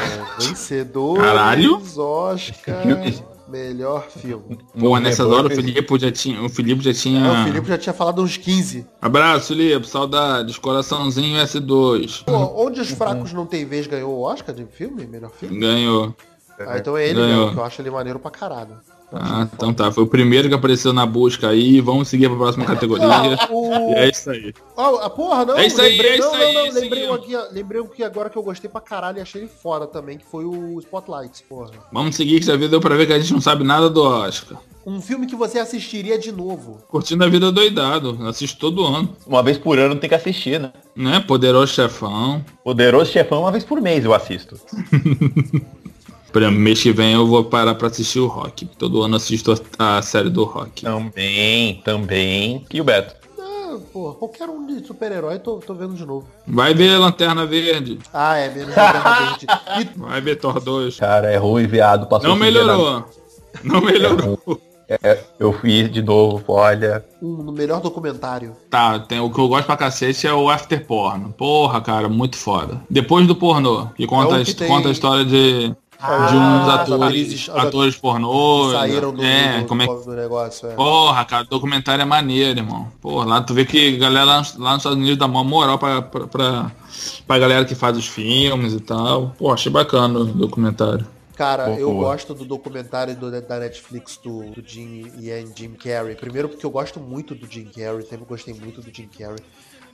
vencedores, Caralho. *laughs* Oscar, filme- melhor filme. Boa, nessas Depois- horas o Filipe já tinha. O Filipe já É, tinha. o Felipe já tinha falado uns 15. Abraço, Filipe. Saudades. Coraçãozinho S2. Pô, onde Uhum. os fracos não têm vez ganhou o Oscar de filme, melhor filme? Ganhou. Ah, então é ele Ganhou. mesmo, que eu acho ele maneiro pra caralho. Ah, então tá. Foi o primeiro que apareceu na busca aí. Vamos seguir pra próxima categoria. Ah, o... É isso aí. Ó, a porra, não, É isso aí, lembrei, é isso não, não, não, aí, lembrei um seguimos. aqui, ó, lembrei um que agora que eu gostei pra caralho e achei ele fora também, que foi o Spotlight, porra. Vamos seguir, que já deu pra ver que a gente não sabe nada do Oscar. Um filme que você assistiria de novo. Curtindo a vida doidado. Assisto todo ano. Uma vez por ano tem que assistir, né? Né? Poderoso Chefão. Poderoso Chefão, uma vez por mês eu assisto. Por exemplo, mês que vem eu vou parar pra assistir o Rock. Todo ano eu assisto a a série do Rock. Também, também. E o Beto? Ah, porra, qualquer um de super-herói tô, tô vendo de novo. Vai ver Lanterna Verde. Ah, é, menos Lanterna *laughs* Verde. E Vai ver Thor 2. Cara, é ruim, viado. Passou Não o filme melhorou. Não melhorou. na- É, eu fiz de novo, olha. Um no melhor documentário. Tá, tem, o que eu gosto pra cacete é o after porno. Porra, cara, muito foda. Depois do pornô, que conta, É o a que his- tem- conta a história de, de uns Ah, os atores, atores- os atores pornô. que saíram do, é, do, como é que- do negócio. É. Porra, cara, o documentário é maneiro, irmão. Porra, lá tu vê que a galera lá nos lá nos Estados Unidos dá maior moral pra, pra, pra, pra galera que faz os filmes e tal. Pô, achei bacana o documentário. Cara, Boa, eu boa. gosto do documentário do- da Netflix do, do Jim e é Jim Carrey. Primeiro porque eu gosto muito do Jim Carrey, sempre gostei muito do Jim Carrey.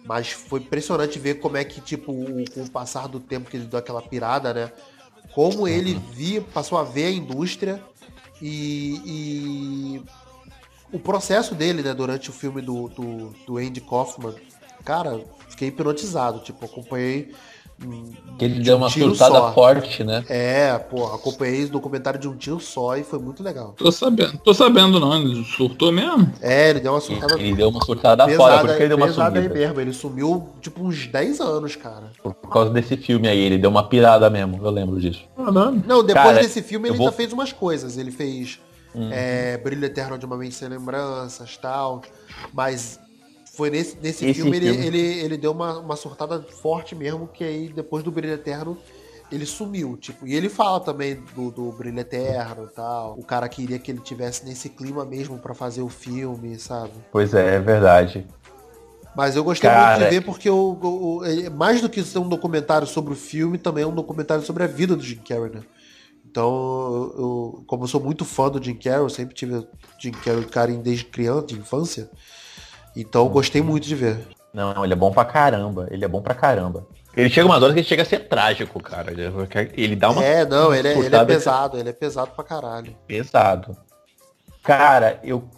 Mas foi impressionante ver como é que, tipo, o- com o passar do tempo que ele deu aquela pirada, né? Como ele Uhum. via, passou a ver a indústria e, e o processo dele, né, durante o filme do, do, do Andy Kaufman, cara, fiquei hipnotizado, tipo, acompanhei. hum, Que ele de deu um uma tiro surtada só. forte, né? É, porra, acompanhei esse documentário de um tiro só e foi muito legal. Tô sabendo, tô sabendo não, ele surtou mesmo? É, ele deu uma surtada Ele deu uma surtada fora, pesada, porque ele deu uma pesada aí sumida. mesmo. Ele sumiu, tipo, uns 10 anos, cara. Por por causa desse filme aí, ele deu uma pirada mesmo, eu lembro disso. Caralho. Não, depois Cara, desse filme eu ele vou- Hum. ainda fez umas coisas. Ele fez é, Brilho Eterno de uma Mente Sem Lembranças tal. Mas foi nesse, nesse Esse filme, Ele, filme. ele, ele deu uma, uma surtada forte mesmo, que aí depois do Brilho Eterno ele sumiu, tipo, e ele fala também do, do Brilho Eterno e tal. O cara queria que ele tivesse nesse clima mesmo pra fazer o filme, sabe? Pois é, é verdade. Mas eu gostei muito Cara. de ver porque o, o- o- ele- mais do que ser um documentário sobre o filme, também é um documentário sobre a vida do Jim Carrey, né? Então, eu- eu- como eu sou muito fã do Jim Carrey, eu sempre tive o Jim Carrey carinho desde criança, de infância. Então, eu gostei muito de ver. Não, não, ele é bom pra caramba. Ele é bom pra caramba. Ele chega umas horas que ele chega a ser trágico, cara. Ele, ele dá uma É, não, ele, é- ele é surtada pesado, ele é pesado pra caralho. pesado. Cara, eu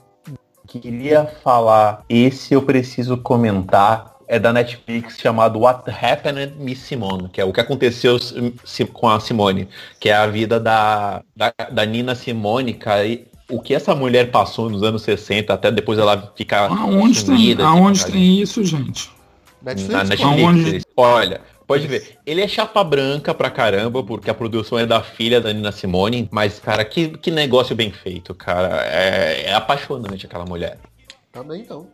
queria falar. Esse eu preciso comentar. É da Netflix chamado What Happened Miss Simone, que é o que aconteceu si- com a Simone, que é a vida da, da, da Nina Simone, cara. E o que essa mulher passou nos anos 60, até depois ela ficar Aonde tem, sumida, assim, aonde ficar- tem isso, gente? É Netflix, Na pô. Netflix. Aonde? Olha, pode ver. Ele é chapa branca pra caramba, porque a produção é da filha da Nina Simone. Mas, cara, que, que negócio bem feito, cara. É, é apaixonante aquela mulher. Também então.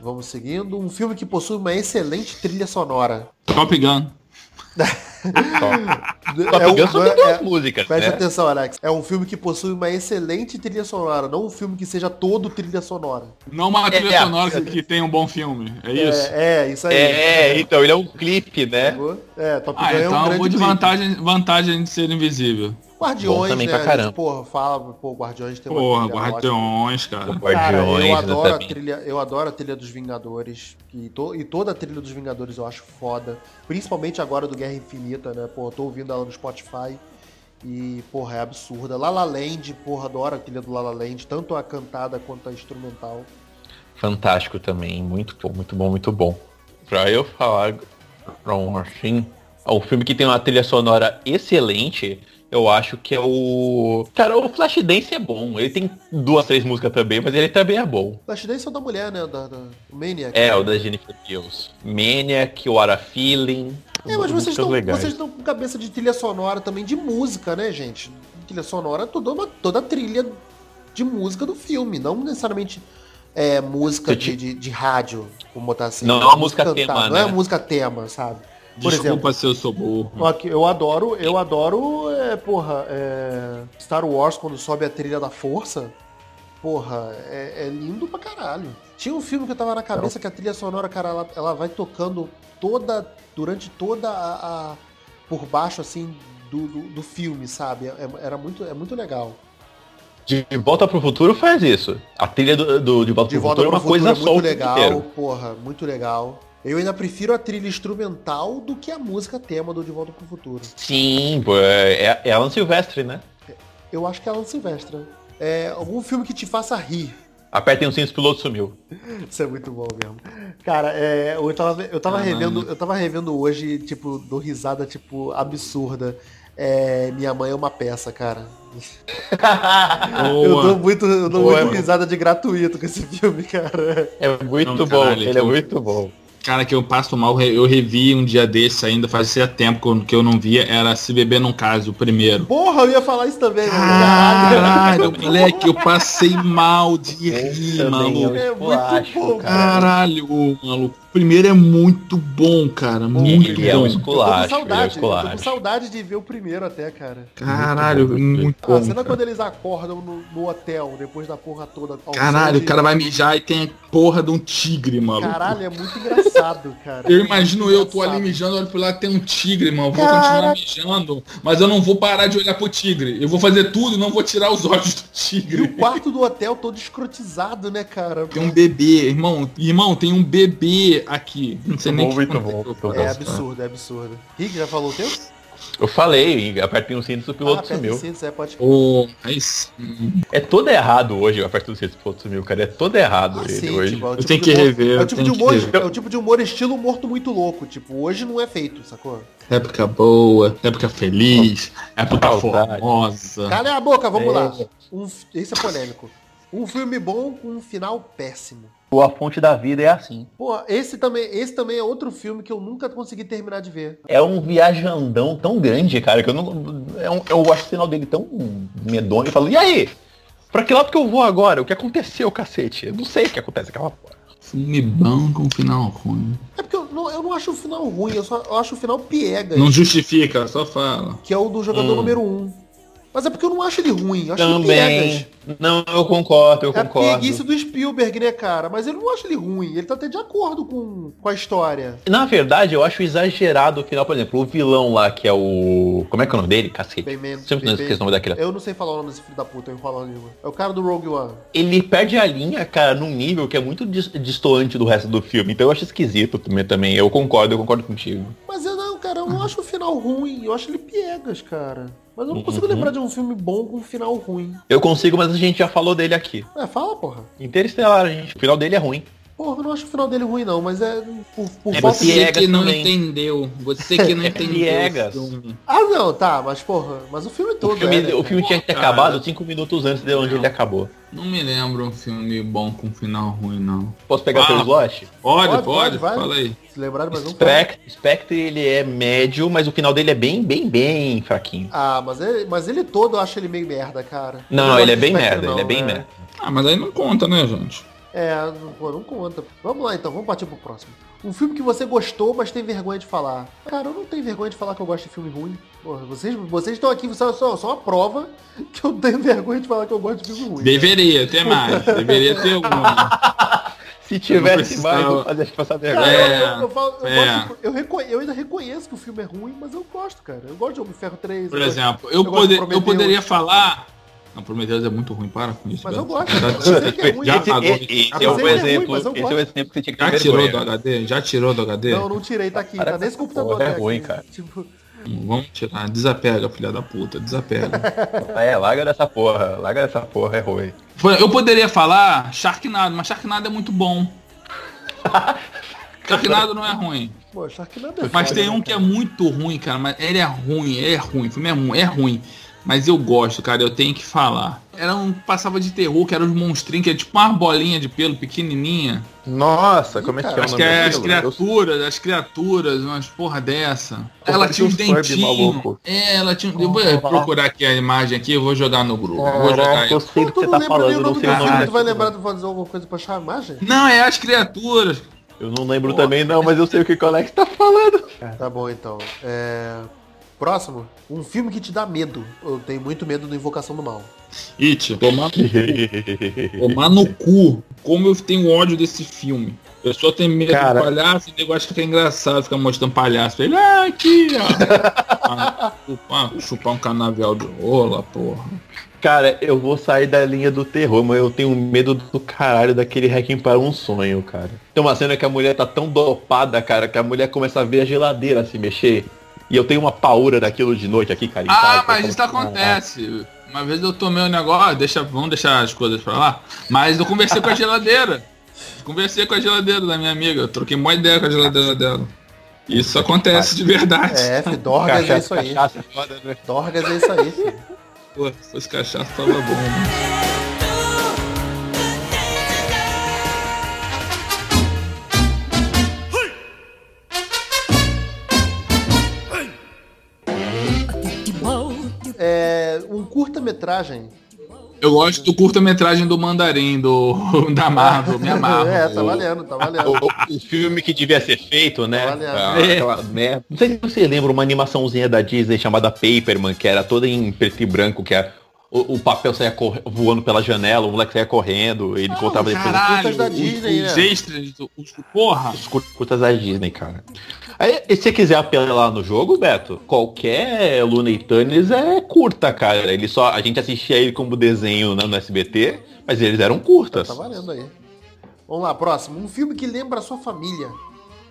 Vamos seguindo. Um filme que possui uma excelente trilha sonora. Top Gun. Só É o- pegando só tem é- duas músicas, Preste né? atenção, Alex. É um filme que possui uma excelente trilha sonora, não um filme que seja todo trilha sonora. Não uma trilha é. sonora que- que tem um bom filme, é isso? É, é isso aí. É, então, ele é um clipe, né? Pegou? É, Top Gun Ah, é um então eu grande vou de clipe. vantagem, vantagem de ser invisível. Guardiões, Bom também né? pra a caramba. Gente, porra, fala, pô, Guardiões tem uma Porra, trilha Guardiões, né, cara. ótima. Cara, Guardiões, eu adoro, a exatamente. trilha, eu adoro a trilha dos Vingadores. E, to- e toda a trilha dos Vingadores eu acho foda. Principalmente agora do Guerra Infinita, né? Porra, tô ouvindo ela no Spotify. E, porra, é absurda. La La Land, porra, adoro a trilha do La La Land. Tanto a cantada quanto a instrumental. Fantástico também. Muito bom, muito bom, muito bom. Pra eu falar pra um assim, um filme que tem uma trilha sonora excelente, eu acho que é o. Cara, o Flashdance é bom. Ele tem duas, três músicas também, mas ele também é bom. Flashdance é o da mulher, né? Da, da o Maniac. É, o da Jennifer Hills. Maniac, What a Feeling. É, mas vocês Músicas estão, legais. vocês estão com cabeça de trilha sonora também de música, né, gente? Trilha sonora é toda, uma, toda a trilha de música do filme, não necessariamente é, música Eu de, te- de, de rádio, vamos botar assim. Não, é uma música tema, Não é né? música tema, sabe? Por exemplo, Desculpa se eu sou burro. ó, que eu adoro, eu adoro, é, porra, é, Star Wars quando sobe a trilha da força. Porra, é, é lindo pra caralho. Tinha um filme que eu tava na cabeça que a trilha sonora, cara, ela, ela vai tocando toda. durante toda a. a- por baixo, assim, do, do, do filme, sabe? É- é- era muito, é muito legal. De Volta pro Futuro faz isso. A trilha do, do De Volta De pro volta Futuro é pro uma futuro coisa é só. muito o filme legal, inteiro. porra, muito legal. Eu ainda prefiro a trilha instrumental do que a música tema do De Volta pro Futuro. Sim, pô, é, é Alan Silvestre, né? Eu acho que é Alan Silvestre. né? É algum filme que te faça rir. *laughs* Apertem o cinto, o piloto sumiu. Isso é muito bom mesmo. Cara, é, eu tava, eu tava Caralho. revendo, eu tava revendo hoje, tipo, dou risada, tipo, absurda. É, minha mãe é uma peça, cara. *laughs* Eu dou Boa. muito, eu dou Boa, muito mano. risada de gratuito com esse filme, cara. É muito Não, bom, caralho, ele é que- muito bom. Cara, que eu passo mal, re- eu revi um dia desse ainda, fazia tempo que eu- que eu não via, era Se Beber Não Case, o primeiro. Porra, eu ia falar isso também, né? mano. Ah! Caralho, moleque, eu passei mal de rir, maluco. é muito bom, Caralho, maluco. O primeiro é muito bom, cara. Muito Ele é um bom. Eu tô com esculacho, ele é um saudade, eu tô com esculacho. saudade de ver o primeiro até, cara. Caralho, muito Ah, a bom. cena cara. quando eles acordam no, no hotel, depois da porra toda. tá ao som Caralho, de- o cara vai mijar e tem a porra de um tigre, maluco. Caralho, é muito engraçado, cara. Eu imagino eu, tô ali Engraçado. mijando, olho pro lado, tem um tigre, mano. Vou Cara. continuar mijando, mas eu não vou parar de olhar pro tigre. Eu vou fazer tudo e não vou tirar os olhos do E o tigre. quarto do hotel todo escrotizado, né, cara? Tem um bebê, irmão. Irmão, tem um bebê aqui. Não sei nem bom, o muito aconteceu, bom, muito cara. É absurdo, é absurdo. Rick, já falou o tempo? Eu falei, apertei um cinto e o piloto ah, sumiu. Cintos, é, pode... Ô, aí sim. É todo errado hoje, eu aperto um cinto e o piloto sumiu, cara. É todo errado Ah, ele sim, hoje. tipo, é o Eu tipo tenho de que humor- rever, É o eu tipo de tenho que humor, rever. é o tipo de humor estilo morto muito louco. Tipo, hoje não é feito, sacou? Época boa, época feliz, época Saudade. formosa. Cala a boca, vamos É. lá. Um, f- isso é polêmico. Um filme bom com um final péssimo. Pô, a fonte da vida é assim. Pô, esse também, esse também é outro filme que eu nunca consegui terminar de ver. É um viajandão tão grande, cara, que eu não. é um- eu acho o final dele tão medonho. Eu falo, e aí? Pra que lado que eu vou agora? O que aconteceu, cacete? Eu não sei o que acontece aquela porra. Filme bom com um final ruim. É porque eu não, eu não acho o final ruim, eu só eu acho o final piega, Não justifica, só fala. que é o do jogador número 1. Um. Mas é porque eu não acho ele ruim, eu acho ele piegas. Hum. Também. Não, eu concordo, eu É a concordo. preguiça do Spielberg, né, cara? Mas eu não acho ele ruim, ele tá até de acordo com, com a história. Na verdade, eu acho exagerado o final, por exemplo, o vilão lá, que é o. Como é que é o nome dele? Cacete. Bem-vindo, Sempre não bem-vindo. esqueço o nome daquele. Eu não sei falar o nome desse filho da puta, eu enrolo a língua. É o cara do Rogue One. Ele perde a linha, cara, num nível que é muito dis- distoante do resto do filme. Então eu acho esquisito também- também. Eu concordo, eu concordo contigo. Mas eu não, cara, eu não acho o final ruim, eu acho ele piegas, cara. Mas eu não Uhum. consigo lembrar de um filme bom com um final ruim. Eu consigo, mas a gente já falou dele aqui. É, fala, porra. Interestelar, gente. O final dele é ruim. Porra, eu não acho o final dele ruim, não, mas é por, por É falta de... Você porque- Piegas que não também. entendeu. Você *laughs* que não É entendeu. o piegas. filme. Ah, não, tá, mas porra, mas o filme todo o filme, é, né, o cara? filme tinha que ter Cara. acabado cinco minutos antes de onde ele acabou. Não me lembro um filme bom com final ruim, não. Posso pegar Ah. seu slot? Pode, Pode, pode, pode, vai. fala aí. Se lembraram mais um Spectre, Spectre, ele é médio, mas o final dele é bem, bem, bem fraquinho. Ah, mas ele, mas ele todo eu acho ele meio merda, cara. Eu Não, gosto ele é de bem Spectre, merda, não, ele é bem né? merda. Ah, mas aí não conta, né, gente? É, não- pô, não conta. Vamos lá então, vamos partir pro próximo. Um filme que você gostou, mas tem vergonha de falar. Cara, eu não tenho vergonha de falar que eu gosto de filme ruim. Porra, vocês vocês estão aqui, só, só, só uma prova que eu tenho *laughs* vergonha de falar que eu gosto de filme ruim. Deveria ter mais. Deveria ter um, né? uma. Se Não tivesse precisava. mais, eu fazia passar vergonha. Cara, É, eu, eu, eu falo- eu é. gosto de- eu reco- eu ainda reconheço que o filme é ruim, mas eu gosto, cara. Eu gosto de Homem de Ferro 3. Por eu gosto- exemplo, eu, eu gosto de poder, eu Prometheus. poderia falar. Não, Prometheus é muito ruim, para com isso. Mas eu velho. gosto. Eu sei que é *laughs* ruim. Já mas- apagou. Esse, esse é Apesar um que ele é ruim, exemplo. mas eu esse é gosto. o exemplo que você tinha que ter Já tirou do vergonha. HD? Já tirou do HD? Não, não tirei, tá aqui. Para Tá com nesse essa computador. porra, é até ruim, aqui. cara. Tipo, Vamos tirar. Desapega, filha da puta. Desapega. É, larga dessa porra. Larga dessa porra, é ruim. Foi- eu poderia falar Sharknado, mas Sharknado é muito *laughs* bom. Sharknado não é ruim. pô, Sharknado é Mas foda, tem né, um que é muito ruim, cara. Mas ele é ruim, ele é ruim. O filme é ruim, é ruim. Mas eu gosto, cara. Eu tenho que falar. Era um passava de terror, que era os monstrinhos, que era tipo uma bolinha de pelo pequenininha. Nossa, como é que é o cara, nome Acho que é as daquilo? Eu criaturas, as criaturas, umas porra dessa. Pô, ela tinha parecia uns um Furby dentinhos. maluco. É, ela tinha. Eu vou procurar aqui a imagem aqui, eu vou jogar no grupo. Eu vou jogar Caraca, aí. eu sei do tu que você não tá lembra falando, nem o eu não nome do sei o filme, nome Caraca. tu daquilo. vai lembrar de fazer alguma coisa pra chamar, gente? Não, é as criaturas. Eu não lembro também não, mas eu sei o que o Alex tá falando. Tá bom, então. É, Próximo, um filme que te dá medo. Eu tenho muito medo do Invocação do Mal. It, tomar no cu. tomar no cu. Como eu tenho ódio desse filme. Eu só tenho medo Cara. do palhaço e o negócio fica engraçado, fica mostrando palhaço. Ele, ah, aqui, ó. *laughs* Ah, chupar, chupar um canavial de rola, porra. Cara, eu vou sair da linha do terror, mas eu tenho medo do caralho daquele Hacking para um sonho, cara. Tem uma cena que a mulher tá tão dopada, cara, que a mulher começa a ver a geladeira se mexer. E eu tenho uma paura daquilo de noite aqui, cara. em casa, Ah, eu mas falo, isso "Caralho". *laughs* acontece. Uma vez eu tomei um negócio, deixa, vamos deixar as coisas pra lá. Mas eu conversei com a geladeira. *laughs* Conversei com a geladeira da minha amiga. Eu troquei uma ideia com a geladeira dela. Isso acontece de verdade. *laughs* É, F, Dorgas é isso Cachaça, aí. cachaça é foda, né? Dorgas é isso aí, filho. *laughs* Pô, se fosse cachaça, tava bom. né? É, um curta-metragem. Eu gosto do curta-metragem do Mandarim, do, *laughs* da Marvel, me amarro. é, tá valendo, tá valendo. Ah, O, o filme que devia ser feito, né? Olha. Ah, aquela merda. Não sei se você lembra uma animaçãozinha da Disney chamada Paperman, que era toda em preto e branco, que era o, o papel saía corre- voando pela janela, o moleque saía correndo, Oh, ele contava depois tá curtas Caralho, da os, Disney, os né? extras, os, porra. os cur- curtas da Disney, cara. Aí, e se você quiser apelar no jogo, Beto, qualquer Luna e Tunes é curta, cara. Ele só, a gente assistia ele como desenho né, no SBT, mas eles eram curtas. Tá valendo aí. Vamos lá, próximo. Um filme que lembra a sua família.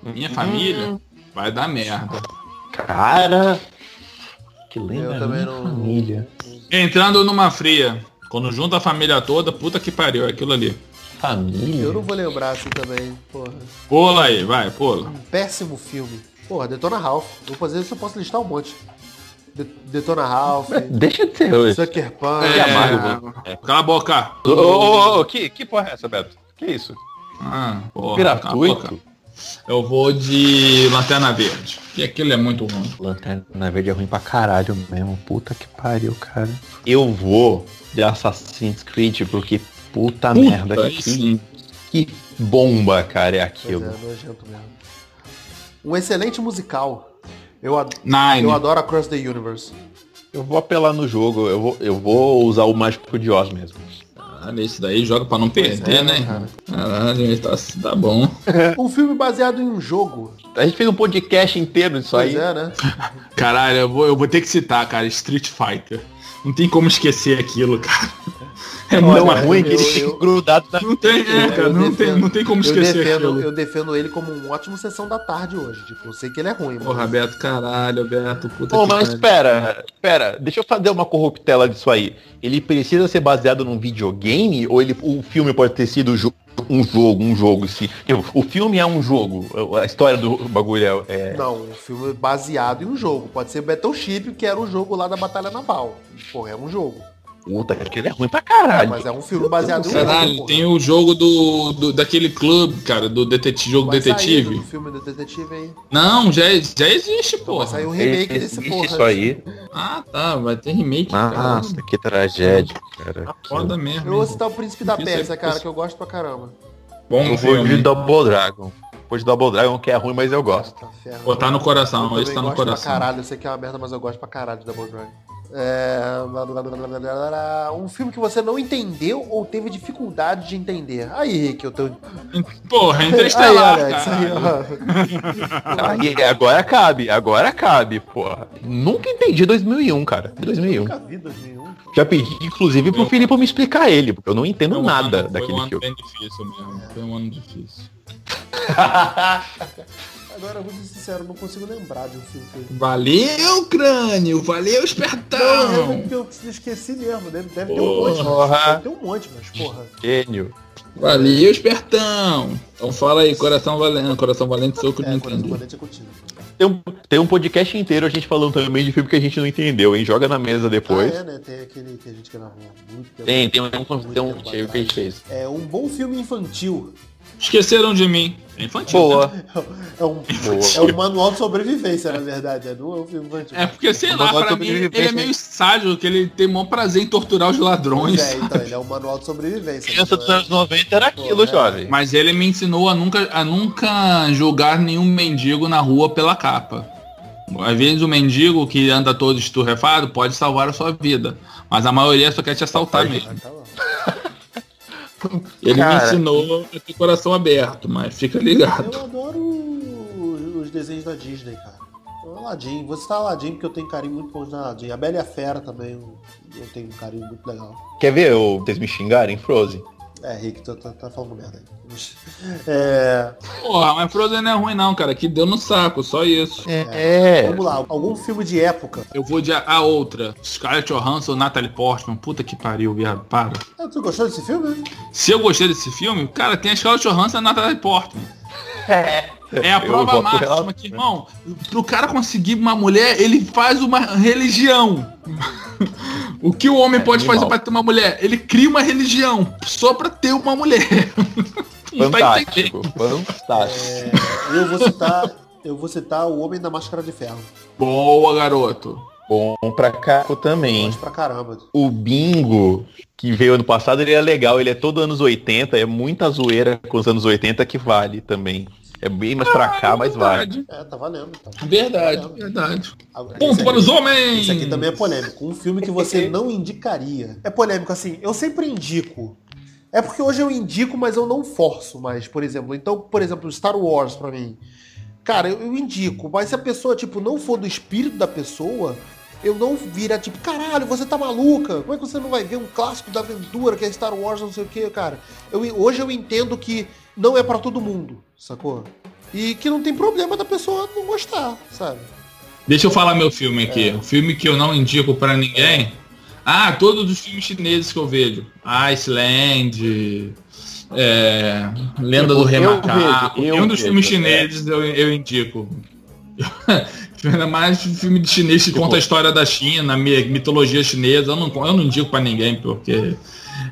Minha Uhum. família vai dar merda. Cara, que lembra Eu da também minha não- família. Entrando numa fria. Quando junta a família toda, puta que pariu, é aquilo ali. Família? Eu não vou lembrar assim também, porra. Pula aí, vai, pula. Um péssimo filme. Porra, Detona Ralph. Vou fazer isso, eu posso listar um monte. De- Detona Ralph, Deixa de ser hoje. Sucker Punch. É, amargo, Cala a boca. Ô, ô, ô, ô, que, que porra é essa, Beto? Que isso? Ah, Ah, porra, cala a boca. Gratuito? Eu vou de Lanterna Verde. E aquilo é muito ruim. Lanterna Verde é ruim pra caralho mesmo. Puta que pariu, cara. Eu vou de Assassin's Creed porque puta, merda. Puta, aí Que, sim. que bomba, cara, é Pois aquilo. é, nojento mesmo. Um excelente musical. Eu, ad- Nine. eu adoro Across the Universe. Eu vou apelar no jogo. Eu vou, eu vou usar o Mágico de Oz mesmo. Caralho, esse daí joga pra não perder, é, né, né? cara? Caralho, ele tá, tá bom. Um filme baseado em um jogo. A gente fez um podcast inteiro Tá disso Pois aí. é, né? Caralho, eu vou, eu vou ter que citar, cara, Street Fighter. Não tem como esquecer aquilo, cara. É muito Não é ruim que eu- ele fica eu- *laughs* grudado na Não tem, é, cara, Eu não, defendo- tem, não tem como esquecer eu defendo, aquilo. eu defendo ele como um ótimo sessão da tarde hoje. Tipo, eu sei que ele é ruim. Porra, mas- Beto, caralho, Beto, puta Ô, que mas pariu. espera, espera, deixa eu fazer uma corruptela disso aí. Ele precisa ser baseado num videogame ou ele, o filme pode ter sido jo- um jogo, um jogo? Se, eu- o filme é um jogo, a história do bagulho é... é- Não, um filme baseado em um jogo. Pode ser Battleship, que era o jogo lá da Batalha Naval. Porra, é um jogo. Puta, que ele é ruim pra caralho. Mas é um filme baseado em um jogo. Caralho, porra. tem o jogo do, do- daquele clube, cara, do detetive, jogo Vai sair detetive. do filme do detetive aí. Não, já, é, já existe, porra. Saiu um remake Existe desse porra. né? isso aí. Ah, tá, vai ter remake, Ah, cara. Nossa, que tragédia, cara. Tá foda mesmo. Eu hein? vou citar o Príncipe da Isso é Pérsia, cara, possível. que eu gosto pra caramba. Bom Eu vou de filme. Double Dragon. Vou de Double Dragon, que é ruim, mas eu gosto. Tá ferro. Botar no Eu coração, também esse tá no gosto pra coração. caralho, eu sei que é uma merda, mas eu gosto pra caralho de Double Dragon. É... blá, blá, blá, blá, blá, blá. Um filme que você não entendeu ou teve dificuldade de entender. Aí, que eu tô... Porra, Aí, *laughs* Interestelar, olha, isso aí, cara. ó. Aí, agora cabe, agora cabe, porra. Nunca entendi 2001, cara. 2001. Nunca vi 2001. Já pedi, inclusive, pro Filipe me explicar ele, porque eu não entendo Foi um nada ano- Foi um daquele ano filme. bem difícil mesmo. Foi um ano difícil. Agora, eu vou ser sincero, eu não consigo lembrar de um filme que eu... Valeu, crânio. Valeu, espertão. Não, eu, eu esqueci mesmo. Deve, deve ter um monte. Porra. Deve ter um monte, mas porra. Gênio. Valeu, espertão. Então fala aí, coração valente. Coração valente, soco de É, quando Nintendo. eu é contigo. Tem um, tem um podcast inteiro a gente falando também de filme que a gente não entendeu, hein? Joga na mesa depois. Ah, é, né? Tem aquele que a gente gravou há muito tempo. Tem, tem um, tem um, muito tem um tempo cheio que a gente fez. É um bom filme infantil. *laughs* Esqueceram de mim. É infantil. Boa. É um, é Boa. um manual de sobrevivência, na verdade. É do é um filme infantil. né? É porque, sei Eu lá, gosto pra de mim, sobrevivência, ele é meio sádio, que ele tem maior prazer em torturar os ladrões. Pois é, então, ele é um manual de sobrevivência. Criança dos então é- anos 90 era Pô, aquilo, é. jovem. Mas ele me ensinou a nunca, a nunca julgar nenhum mendigo na rua pela capa. Às vezes o mendigo que anda todo esturrefado pode salvar a sua vida. Mas a maioria só quer te assaltar mesmo. Ah, tá bom. Ele Cara. me ensinou a ter coração aberto, mas fica ligado. Eu adoro o- os desenhos da Disney, cara. Então, Aladdin, você tá Aladdin porque eu tenho carinho muito bom na Aladdin. A Bela e a Fera também, eu eu tenho um carinho muito legal. Quer ver eu, vocês me xingarem, Frozen? É, Rick, tu tá, tá falando merda aí. *laughs* É, Porra, mas Frozen não é ruim não, cara. Que deu no saco, só isso. É. Vamos lá, algum filme de época. Eu vou de a, a outra. Scarlett Johansson, Natalie Portman. Puta que pariu, viado. Para. Ah, tu gostou desse filme? Se eu gostei desse filme, cara, tem a Scarlett Johansson e a Natalie Portman. É a Eu prova voto máxima relato. que, irmão, pro cara conseguir uma mulher, ele faz uma religião. *laughs* o que o homem pode É, animal. fazer pra ter uma mulher? Ele cria uma religião só pra ter uma mulher. *laughs* Não tá entendendo. Fantástico. Fantástico. É, eu vou citar. Eu vou citar o Homem da Máscara de Ferro. Boa, garoto. Bom pra carro também. Gosto pra caramba. O Bingo, que veio ano passado, ele é legal. Ele é todo anos 80. É muita zoeira com os anos 80 que vale também. É bem mais pra cá, mas vale. Verdade, É, tá valendo. Tá valendo. verdade, verdade. Agora, É, esse Ponto aqui- para os homens! Esse aqui também é polêmico. Um filme que *laughs* você não indicaria. É polêmico, assim, eu sempre indico. É porque hoje eu indico, mas eu não forço mais, por exemplo. Então, por exemplo, Star Wars pra mim. Cara, eu, eu indico, mas se a pessoa, tipo, não for do espírito da pessoa, eu não vira, tipo, caralho, você tá maluca? Como é que você não vai ver um clássico da aventura que é Star Wars, não sei o quê, cara? Eu, hoje eu entendo que não é pra todo mundo, sacou? E que não tem problema da pessoa não gostar, sabe? Deixa eu falar meu filme aqui. É. O filme que eu não indico pra ninguém. Ah, todos os filmes chineses que eu vejo. Iceland. é, Lenda do Eu Remacar. vejo, eu Nenhum dos vejo, filmes é. chineses eu, eu indico. *laughs* Ainda mais filme de chinês que conta a história da China, mi- mitologia chinesa. Eu não, eu não indico pra ninguém, porque.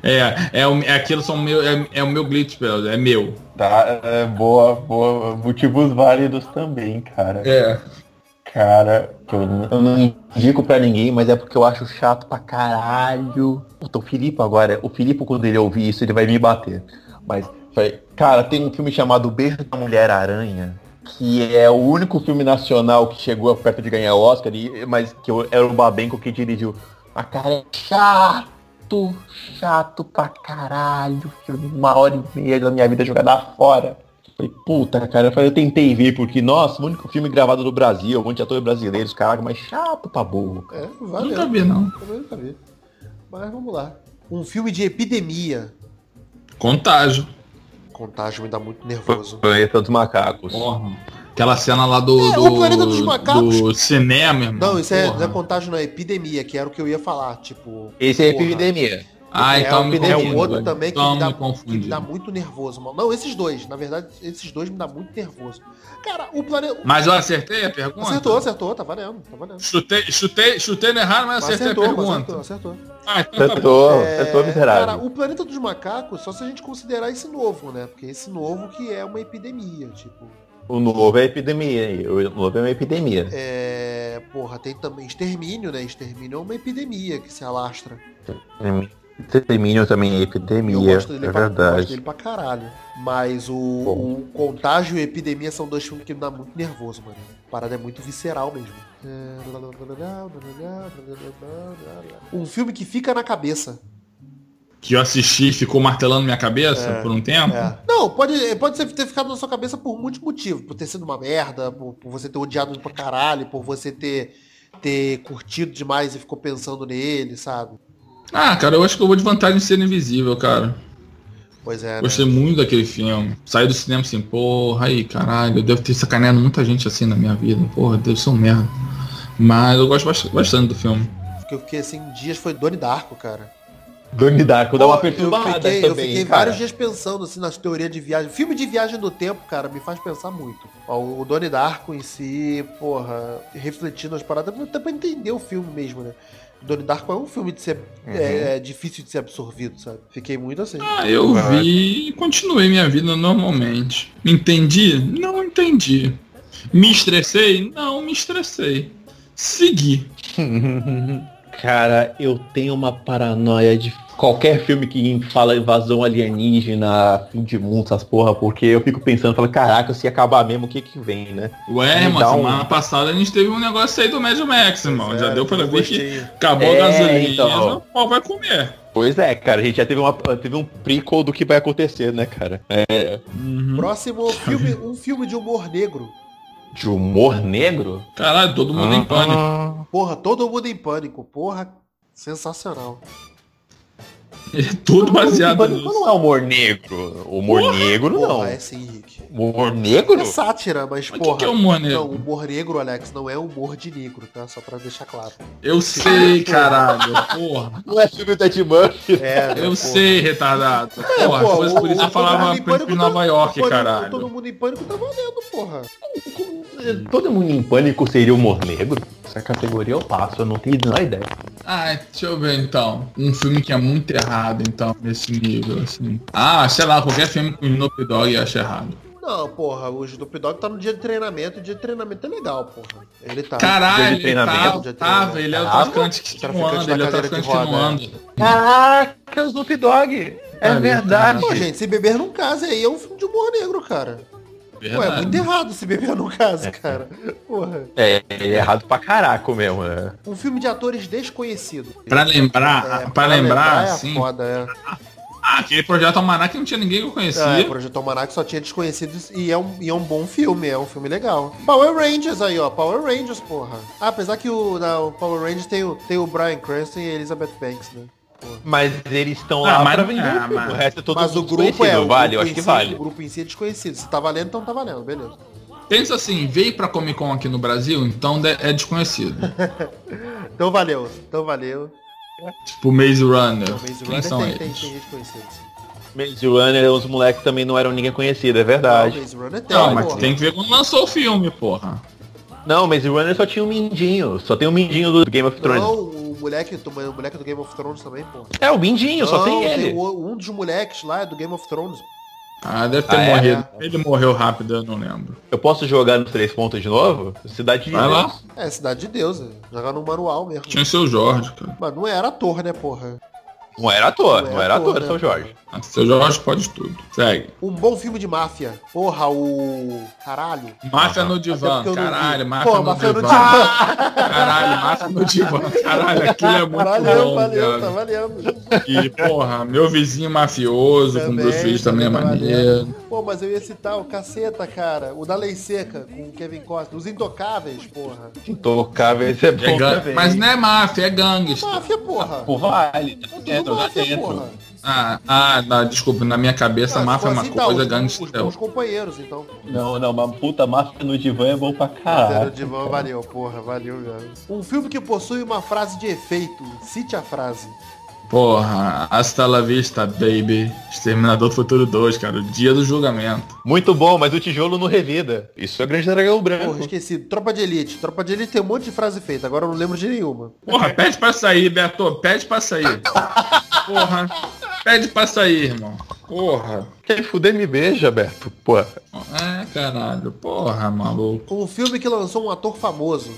É, é, o- é aquilo são meu, é, é o meu glitch, é meu. Tá, é, boa, boa. Motivos válidos também, cara. É. Cara, que eu, eu não indico pra ninguém, mas é porque eu acho chato pra caralho. Puta, o Filipe agora, o Filipe quando ele ouvir isso, ele vai me bater. Mas, vai- cara, tem um filme chamado Beijo da Mulher Aranha, que é o único filme nacional que chegou perto de ganhar o Oscar, e- mas que eu- era o Babenco que dirigiu. A cara é chato, chato pra caralho. Filme de uma hora e meia da minha vida jogada fora. Falei, puta, cara, eu, falei, eu tentei ver, porque, nossa, o único filme gravado do Brasil, um monte de atores brasileiros, caraca, mas chato pra burro. É, valeu. Nunca vi, não. Também nunca vi. Mas vamos lá. Um filme de epidemia. Contágio. Contágio me dá muito nervoso. Planeta dos Macacos. Porra. Aquela cena lá do, É, do, o Planeta dos Macacos. do cinema, irmão. Não, isso é, não Porra. é contágio, não é epidemia, que era o que eu ia falar. Tipo. Esse é porra. Epidemia. Ah, então me é um confundo. outro também que, então me dá, me que me confundi. dá muito nervoso, mano. Não, esses dois, na verdade, esses dois me dá muito nervoso. Cara, o planeta. Mas eu acertei a pergunta? Acertou, acertou, tá valendo, tá valendo. Chutei, chutei, chutei no errado, mas acertei Acertou, a acertou, pergunta. acertou. Ah, então tá bom. Acertou, É, acertou, Cara, miserável. o planeta dos macacos, só se a gente considerar esse novo, né? Porque esse novo que é uma epidemia, tipo. O novo é Epidemia, aí, o novo é uma epidemia. É, porra, tem também extermínio, né? Extermínio é uma epidemia que se alastra. É Extermínio também é E eu Epidemia, gosto dele, é pra, eu gosto verdade. dele pra caralho. Mas o, Bom. o Contágio e Epidemia são dois filmes que me dá muito nervoso, mano. A parada é muito visceral mesmo. Um filme que fica na cabeça. Que eu assisti e ficou martelando minha cabeça É, por um tempo. Não, pode, pode ser ter ficado na sua cabeça por muitos motivos. Por ter sido uma merda, por, por você ter odiado pra caralho, por você ter, ter curtido demais e ficou pensando nele, sabe? Ah, cara, eu acho que eu vou de vantagem em ser invisível, cara. Pois é, né? Gostei muito daquele filme. Saí do cinema assim, porra, aí, caralho, eu devo ter sacaneado muita gente assim na minha vida. Porra, deve ser um merda. Mas eu gosto bast- bastante do filme. que eu fiquei assim dias foi Doni Darko, cara. Donnie Darko dá uma Pô, perturbada eu fiquei, eu também, fiquei cara. vários dias pensando assim nas teorias de viagem. Filme de viagem do tempo, cara, me faz pensar muito. Ó, o Doni Darko em si, porra, refletindo as paradas, até pra entender o filme mesmo, né? Doni Darko é um filme de ser Uhum. é, é difícil de ser absorvido, sabe? Fiquei muito assim. Ah, eu Vai. vi e continuei minha vida normalmente. Me entendi? Não entendi. Me estressei? Não me estressei. Segui. Cara, eu tenho uma paranoia de qualquer filme que fala invasão alienígena, fim de mundo, essas porra, porque eu fico pensando, falo, caraca, se acabar mesmo, o que que vem, né? Ué, Me irmão, dá um- semana passada a gente teve um negócio aí do Médio Max, irmão. Já deu pra ver que acabou É, a gasolina. então. O pau vai comer. Pois é, cara, a gente já teve, uma, teve um prequel do que vai acontecer, né, cara? É, Uhum. Próximo filme, um filme de humor negro. de humor negro? Caralho, todo mundo em pânico. *laughs* Ah, Porra, todo mundo em pânico. Porra, sensacional. É tudo baseado Pânico nisso. não é humor negro. Humor negro, Porra, não. é sim, Henrique. Humor negro? É sátira, mas, Mas o porra. que, que é humor Não, negro? humor negro, Alex, não é humor de negro, tá? Só pra deixar claro. Eu sei, caralho. Porra. Não é filme do Ed Murphy. É, Eu sei, retardado. né, É, Porra, se fosse por isso eu tá falava pânico em Nova York, tá- Todo caralho. mundo em pânico tá valendo, porra. Todo mundo em pânico seria humor negro? Essa categoria eu passo, eu não tenho a menor ideia. Ah, deixa eu ver então. Um filme que é muito errado, então, nesse nível, assim. Ah, sei lá, qualquer filme com Snoop Dogg eu acho errado. Não, porra, o Snoop Dogg tá no dia de treinamento, o dia de treinamento é legal, porra. Ele tá. Caralho, Dia de ele tava, treinamento. tava, ele é o Tava? traficante que não Traficante anda, da ele é o cadeira de traficante que não roda, é. anda. Caraca, o Snoop Dogg! É Ah, verdade. Pô, gente, se beber não casa aí é um filme de humor negro, cara. Pô, é Verdade. É. muito errado se beber não casa, cara. Porra. É, ele é errado pra caraca mesmo, né? Um filme de atores desconhecidos. Pra lembrar, É, Ah, pra, lembrar, é sim. foda, é. Ah, aquele projeto Almanac não tinha ninguém que eu Ah, conhecia. é, Projeto Almanac só tinha desconhecidos e é, um, e é um bom filme, é um filme legal. Power Rangers aí, ó. Power Rangers, porra. Ah, apesar que o, na- o Power Rangers tem o, tem o Brian Cranston e a Elizabeth Banks, né? Mas eles estão Ah, lá mas- pra vender ah, o filme. mas- O resto é todo Mas o mundo grupo é. desconhecido. o Vale, grupo eu em acho que si- vale. O grupo em si é desconhecido. Se tá valendo, então tá valendo, beleza. Pensa assim, veio pra Comic Con aqui no Brasil, então de- é desconhecido. *laughs* Então valeu, então valeu. tipo Maze Runner. Então, Maze Quem Runner são tem, eles? tem, tem gente conhecida. sim. Maze Runner, os moleques também não eram ninguém conhecido, é Não, verdade. Então, Maze Runner tem, Não, Então, mas porra. tem que ver quando lançou o filme, porra. Não, Maze Runner só tinha o Mindinho. Só tem o Mindinho do Game of Thrones. Não, Então, o moleque, do- o moleque do Game of Thrones também, porra. É, o Mindinho, só tem Não, ele. o- um dos moleques lá é do Game of Thrones. Ah, deve ter Ah, é? morrido. Ele morreu rápido, eu não lembro. Eu posso jogar nos três pontos de novo? Cidade de Vai Deus. lá. É, Cidade de Deus, né? jogar no manual mesmo. Tinha o seu Jorge, cara. Mas não era ator, né, porra? Não era ator, Não não, era era ator, ator, né? São Jorge. Ah, Seu Jorge pode tudo. Segue. Um bom filme de máfia. Porra, o. Caralho. Máfia no divã. porque eu não vi. Caralho, máfia Pô, no Máfia no divã. Caralho, máfia no divã. Caralho, aquilo é muito Valeu, bom, valeu, tá cara. valendo. E, porra, meu vizinho mafioso com Também, Bruce Willis também é também tá maneiro. Pô, mas eu ia citar o caceta, cara. O da Lei Seca, com o Kevin Costner. Os Intocáveis, porra. Intocáveis é É bom gan- também. Mas não é máfia, é gangues. Máfia, porra. Pô, vale, tá Tudo dentro, tá máfia, dentro. porra. Ah, ah não, desculpa, na minha cabeça Ah, máfia é se uma fosse, então, coisa, os- gangues Os é bons companheiros, então. Não, não, uma puta máfia no divã é bom pra Tá. Zero caralho. de mão, valeu, porra, valeu, velho. Um filme que possui uma frase de efeito. Cite a frase. Porra, hasta la vista, baby. Exterminador do Futuro 2, cara. O dia do julgamento. Muito bom, mas o tijolo não revida. Isso é o grande dragão branco. Porra, esqueci. Tropa de Elite. Tropa de Elite tem um monte de frase feita, agora eu não lembro de nenhuma. Porra, pede pra sair, Beto. Pede pra sair. Porra. Pede pra sair, irmão. Porra. Quem fuder me beija, Beto. Pô, É, caralho. Porra, maluco. Um filme que lançou um ator famoso.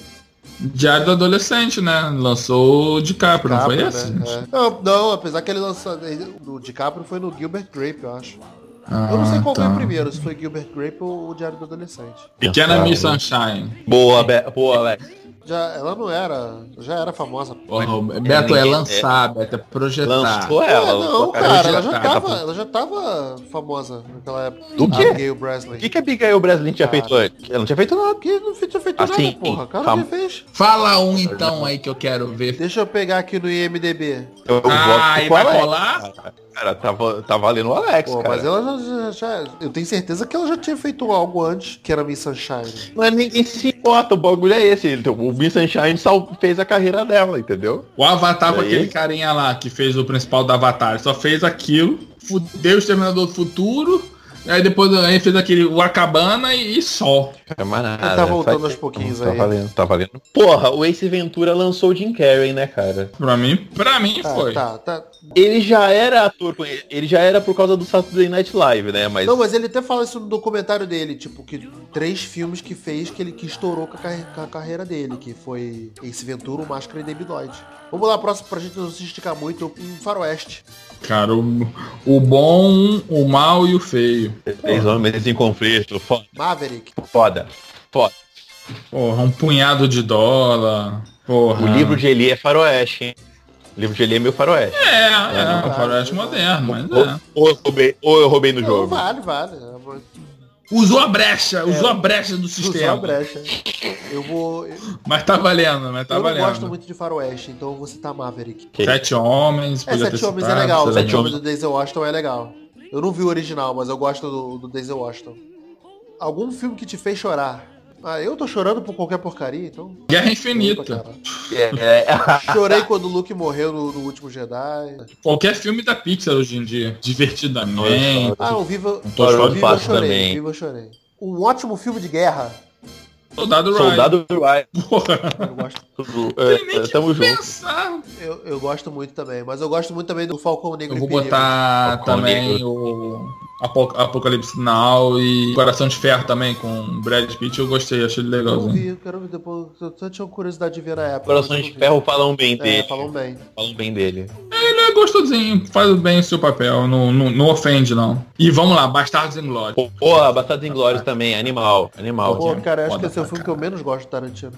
Diário do Adolescente, né? Lançou o DiCaprio, não foi Capra, esse? né? É. Não, não, apesar que ele lançou. O DiCaprio foi no Gilbert Grape, eu acho. Ah, Eu não sei qual tá. foi o primeiro, se foi Gilbert Grape ou o Diário do Adolescente. Pequena Miss Sunshine. Tá. Boa, Beto. Boa, Alex. Já, ela não era. Já era famosa. Porra, o Beto é lançar, Beto é projetar. Lançou ela. tá. É, tá. não, lançou a cara, ela de já ataque. tava, ela já tava famosa naquela época. Do quê? Abigail Breslin. O que, é que a Abigail Breslin tinha Cara. feito antes? Ela não tinha feito nada. Que não tinha feito Assim, nada, porra. Cara, calma. ele fez. Fala um então aí que eu quero ver. Deixa eu pegar aqui no IMDB. Eu Ah, voto e com o vai Alex. rolar? Cara, Cara, tá, va- tá valendo o Alex, Pô, cara. mas ela já, já- já- Eu tenho certeza que ela já tinha feito algo antes, que era Miss Sunshine. Mas ninguém se importa, o bagulho é esse. Ele- O Miss Sunshine sal- fez a carreira dela, entendeu? O Avatar foi Aí. aquele carinha lá que fez o principal do Avatar. Só fez aquilo, fudeu o Exterminador do Futuro, aí depois aí fez aquele Wakabana e, e só. É mais nada. tá voltando Faz aos pouquinhos tá aí. valendo, tá valendo. Porra, o Ace Ventura lançou o Jim Carrey, né, cara? Pra mim, pra mim Tá, foi. tá, tá. Ele já era ator, com- ele já era por causa do Saturday Night Live, né? Mas, Não, mas ele até fala isso no documentário dele, tipo, que três filmes que fez que ele que estourou com a, carre- com a carreira dele, que foi Ace Ventura, o Máscara e David Lloyd. Vamos lá, próximo, pra gente não se esticar muito, em Faroeste. Cara, o, o bom, o mal e o feio. Três homens em conflito, foda, Maverick. foda. foda. Porra, um punhado de dólar. Porra. O livro de Eli é faroeste, hein? O livro de Eli é meio faroeste. É, é, é um faroeste né? moderno, mas é. Ou, eu roubei, ou eu roubei no Não, jogo. vale, vale. É Eu vou- Usou a brecha, usou a brecha do É. Usou a sistema. brecha. Eu vou. Eu, Mas tá valendo, mas tá eu não valendo. gosto muito de Faroeste, então eu vou citar Maverick. Sete homens, É, podia Sete ter Homens é citado, legal. sei lá. Sete Homens do Denzel Washington é legal. Eu não vi o original, mas eu gosto do, do Denzel Washington. Algum filme que te fez chorar? Ah, eu tô chorando por qualquer porcaria, então... Guerra Infinita. *laughs* É, é. *laughs* Chorei quando o Luke morreu no, no Último Jedi. Qualquer filme da Pixar hoje em dia. Divertidamente. Ah, o Viva... Tô chorando Viva eu fácil chorei, também. Viva eu chorei. Um ótimo filme de guerra. Soldado Ryan. Soldado Ryan. Porra. Eu gosto, *laughs* Tem nem É, é, que tamo junto. pensar. eu, eu gosto muito também. Mas eu gosto muito também do Falcão Negro Eu em vou Perigo. botar Falcone. também o Apo- Apocalipse Now e Coração de Ferro também com Brad Pitt. Eu gostei, achei ele Eu legalzinho. vi, quero ver depois. Eu só tinha curiosidade de ver a época. Coração mas eu de vi. Ferro falam bem dele. É, falam bem. falam bem dele. Ele é gostosinho, faz bem o seu papel, não, não, não ofende não. E vamos lá, Bastardos em Glória. Pô, Porra, Bastardos Inglórios também, animal, animal. Pô, cara, acho Foda que esse é o pra filme que eu menos gosto do Tarantino.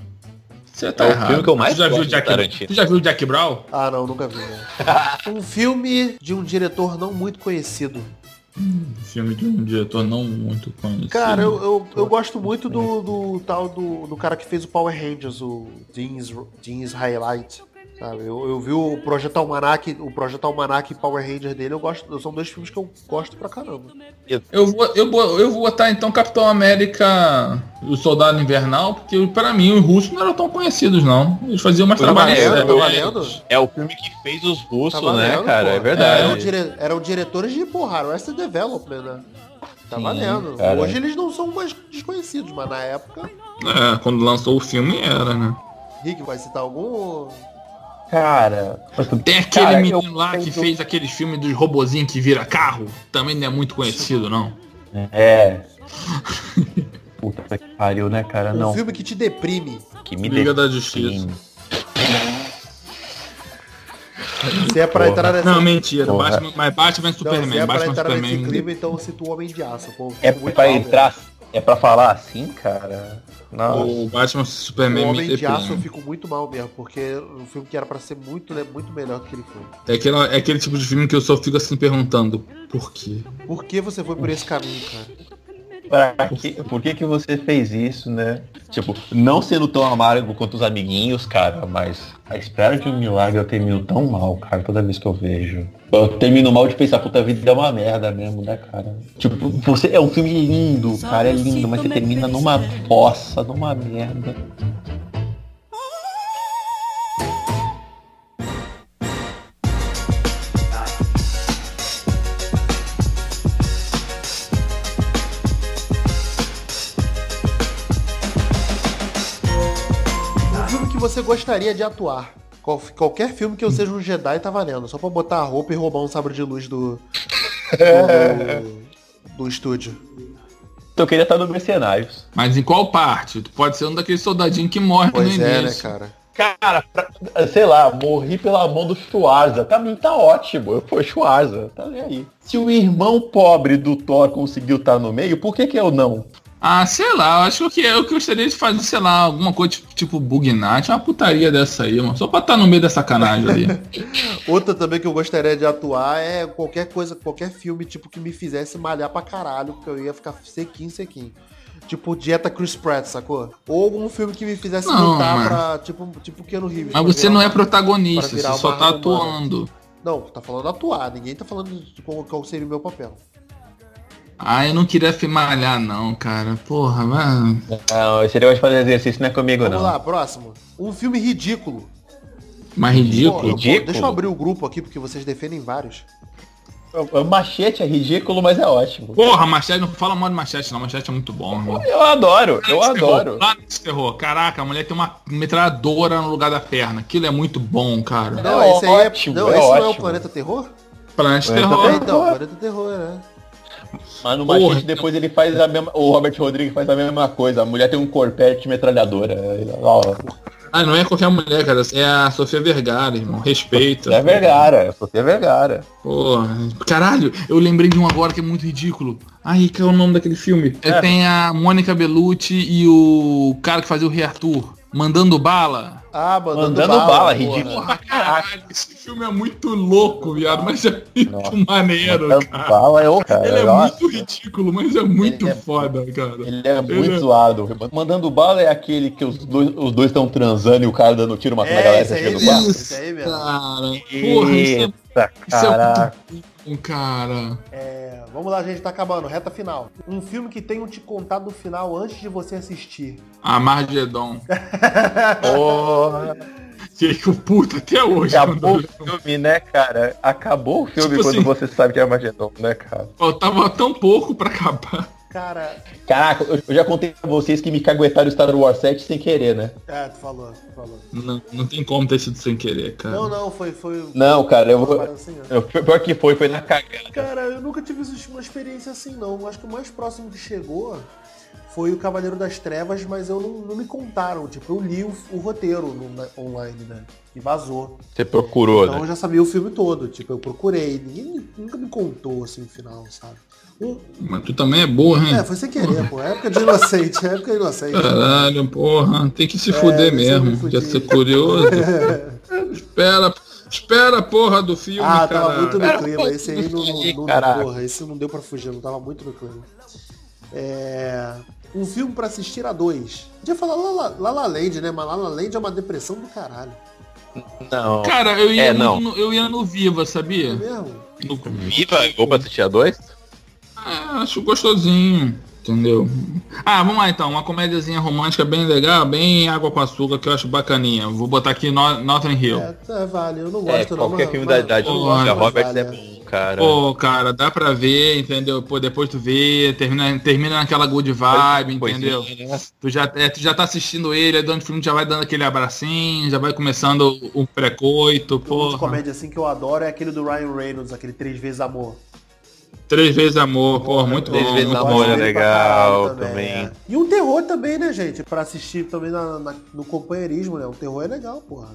Você tá É o errado. filme que eu mais tu já viu gosto do Jack, Tarantino. tu já viu Jack Brown? Ah, não, nunca vi. não. *laughs* um filme de um diretor não muito conhecido. Filme de um diretor não muito conhecido. Cara, eu, eu, eu gosto muito do, do tal do, do cara que fez o Power Rangers, o Dean, Is- Dean Israelite. Sabe? Eu, eu vi o Projeto Almanac, o Projeto Almanac e Power Ranger dele, eu gosto. São dois filmes que eu gosto pra caramba. Eu vou, eu, vou, eu vou botar então Capitão América e o Soldado Invernal, porque pra mim os russos não eram tão conhecidos não. Eles faziam mais Foi trabalho maneiro, sério. tá valendo? É o filme que fez os russos, Tá valendo, né, cara? pô. É verdade. Eram, dire- eram diretores de, porra, Arrested Development, né? Tá valendo. cara. Hoje eles não são mais desconhecidos, mas na época... É, quando lançou o filme era, né? Rick, vai citar algum? Cara, Tem aquele Cara, menino eu- lá que fez aquele filme dos robozinhos que vira carro. Também não é muito conhecido, não. é. *laughs* Puta que pariu, né, Ah, cara? Um Não. filme que te deprime. Que me Liga dê. da Justiça. Se é pra entrar nessa... Não, mentira. Porra. Batman, mas Batman e Não, se Superman. é pra Batman e entrar nesse Superman. clima, então cita o Homem de Aço. Pô, É Muito pra mal, entrar. É pra falar assim, cara? Não. O Batman e mesmo. Superman é O me um Homem de Aço eu deprimem. fico muito mal mesmo, porque é um filme que era pra ser muito, né, muito melhor que ele foi. é, aquela- é aquele tipo de filme que eu só fico assim perguntando. Por quê? Por que você foi por esse caminho, cara? Pra que- por que que você fez isso, né? Tipo, não sendo tão amargo quanto os amiguinhos, cara, mas a espera de um milagre eu termino tão mal, cara, toda vez que eu vejo. Eu termino mal de pensar, puta, a vida é uma merda mesmo, né, cara? Tipo, você é um filme lindo, cara, é lindo, mas você termina numa poça, numa merda. Um filme que você gostaria de atuar. Qual- qualquer filme que eu seja um Jedi tá valendo. Só pra botar a roupa e roubar um sabre de luz do... Do, do estúdio. Então eu queria estar no Mercenários. Mas em qual parte? Tu pode ser um daqueles soldadinhos que morre no Pois início. é, né, cara? Cara, pra- sei lá, morri pela mão do Schwarza. Pra mim tá ótimo. Eu fui Schwarza, tá nem aí. Se o irmão pobre do Thor conseguiu estar no meio, por que que eu não? Ah, sei lá, eu acho que eu gostaria de fazer, sei lá, alguma coisa tipo, tipo Bugnat, uma putaria dessa aí, mano. Só pra estar no meio da sacanagem *laughs* ali. Outra também que eu gostaria de atuar é qualquer coisa, qualquer filme, tipo, que me fizesse malhar pra caralho, porque eu ia ficar sequinho, sequinho. Tipo, Dieta Chris Pratt, sacou? Ou um filme que me fizesse Não, lutar mano. pra, tipo, tipo Keanu Reeves. pra Mas você virar não é uma- protagonista, para virar você só uma tá arma humana. atuando. Não, tá falando atuar, ninguém tá falando de qual, qual seria o meu papel. Ah, eu não queria fimalhar não, cara. Porra, mano. Não, esse negócio de fazer exercício não é comigo, Vamos não. lá, próximo. Um filme ridículo. Mais Pô, ridículo. eu- pô, Ridículo? deixa eu abrir o grupo aqui, porque vocês defendem vários. O- o Machete é ridículo, mas é ótimo. Porra, Machete, não fala mal de Machete não, Machete é muito bom, irmão. Eu adoro, eu Planet Terror, adoro. Planet Terror. Caraca, a mulher tem uma metralhadora no lugar da perna. Aquilo é muito bom, cara. Não, É esse aí é. ótimo, não, é esse não é o ótimo. Planeta Terror? Planet É, Terror. então, Planeta Terror, né? Mas no Porra, Machete depois ele faz a mesma. O Robert Rodrigues faz a mesma coisa. A mulher tem um corpete metralhadora. Ó, Ah, não é qualquer mulher, cara. É a Sofia Vergara, irmão. Respeita. é Vergara, você é Vergara. Porra. Caralho, eu lembrei de um agora que é muito ridículo. Ai, que é o nome daquele filme? É, Tem a Mônica Bellucci e o cara que fazia o Rei Arthur. Mandando bala. Ah, mandando, Mandando bala, porra. bala, ridículo. Porra, caralho, esse filme é muito louco, viado, mas é muito Nossa. maneiro, Tanto cara. Fala é o cara. Ele é nossa. muito ridículo, mas é muito Ele é- foda, cara. Ele é muito é- zoado. Mandando bala é aquele que os dois estão transando e o cara dando tiro matando a É, galera esse que tá aí chegando mesmo. lá. Isso, Esse aí mesmo. cara. Porra, isso é, Eita, isso é caraca. muito bom, cara. É, vamos lá, gente, tá acabando. Reta final. Um filme que tenham te contado no final antes de você assistir. Amargedon. Porra. Que que o puto até hoje. *laughs* quando eu Acabou o lembro. filme, né, cara? Acabou o filme Tipo quando assim. você sabe que é Armagedon, né, cara? Faltava tão pouco pra acabar. Cara, Caraca, eu, eu já contei pra vocês que me caguetaram o Star Wars 7 sem querer, né? é, tu falou, tu falou. Não, não tem como ter sido sem querer, cara. Não, não, foi, foi. Não, cara, eu vou... Foi assim, ó. eu- Pior que foi, foi na É. cagada. Cara, eu nunca tive isso- uma experiência assim, não. Acho que o mais próximo que chegou foi o Cavaleiro das Trevas, mas eu não, não me contaram. Tipo, eu li o, o roteiro no- na- online, né? E vazou. Você procurou, Então né? eu já sabia o filme todo. Tipo, eu procurei. Ninguém me- nunca me contou, assim, o final, sabe? Um- Mas tu também é burro, hein? é, foi sem querer, pô. É época de inocente. É época de inocente. Caralho, porra, tem É, que se fuder eu sempre mesmo. fudi. Quer ser *laughs* curioso? espera, espera a porra do filme, Ah, cara. É, tava muito Espera no a clima. porra Esse do aí não, filme, não, não, caraca. porra, esse não deu pra fugir, não tava muito no clima. É. Um filme pra assistir a dois. Podia falar La La- La La Land, né? Mas La La Land é uma depressão do caralho. Não. Cara, eu ia, É, muito não. no, eu ia no Viva, É sabia? mesmo? No, Viva, vou pra assistir a dois? ah, acho gostosinho, entendeu? Ah, vamos lá então, uma comédiazinha romântica bem legal, bem água com açúcar, que eu acho bacaninha. Vou botar aqui no, Notting Hill. É, tá, vale, eu não gosto É, não. qualquer mas- filme da mas- idade do mas Olha, Julia vale, Roberts é é. bom, cara. Pô, cara, dá pra ver, entendeu? Pô, depois tu vê, termina, termina naquela good vibe, entendeu? Coisinha, né? Tu já, é, tu já tá assistindo ele, aí durante o filme já vai dando aquele abracinho, já vai começando o o precoito, Um filme de porra. comédia assim que eu adoro é aquele do Ryan Reynolds, aquele Três Vezes Amor. Três vezes amor, porra, muito Três bom. Vezes muito Eu gosto Amor é dele pra legal caralho também. é. E um terror também, né, gente? Pra assistir também na- na- no companheirismo, né? Um terror é legal, porra.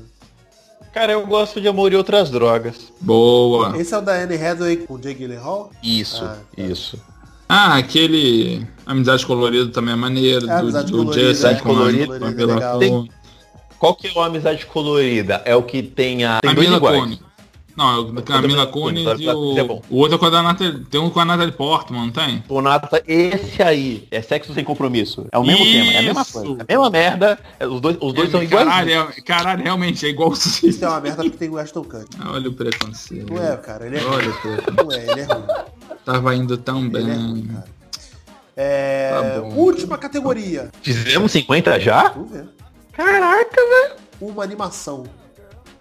Cara, eu gosto de amor e outras drogas. Ah. Boa. Esse é o da Anne Hathaway com o Jake Gyllenhaal? Isso, Ah, tá. isso. Ah, aquele Amizade Colorida também é maneiro, É, do, Amizade do Colorida, Jason Amizade com a- Colorida, com a Colorida, Bela legal. Cone. Qual que é uma amizade colorida? É o que tem a... Tem A dois Mila iguais. Cone. Não, é o da também Camila não- Cone não, e tá- o... tá bom. o outro é com a da Natalie. Tem um com a Natalie Portman, não tem? Bonata, esse aí é sexo sem compromisso. É o mesmo Isso. tema, é a mesma coisa. É a mesma merda. é- Os dois, os dois são iguais. caralho, é- caralho, realmente, é igual o sujeito. Isso é uma merda porque tem o Ashton Kutcher. Ah, *laughs* Olha o preconceito. Não é, cara. Ele é ruim. Olha o preconceito. Não é, ele é ruim. Tava indo tão bem. Ele é ruim, cara. É, Tá Hum. bom. última categoria. Fizemos 50 já? Vamos ver. Caraca, velho. Uma animação.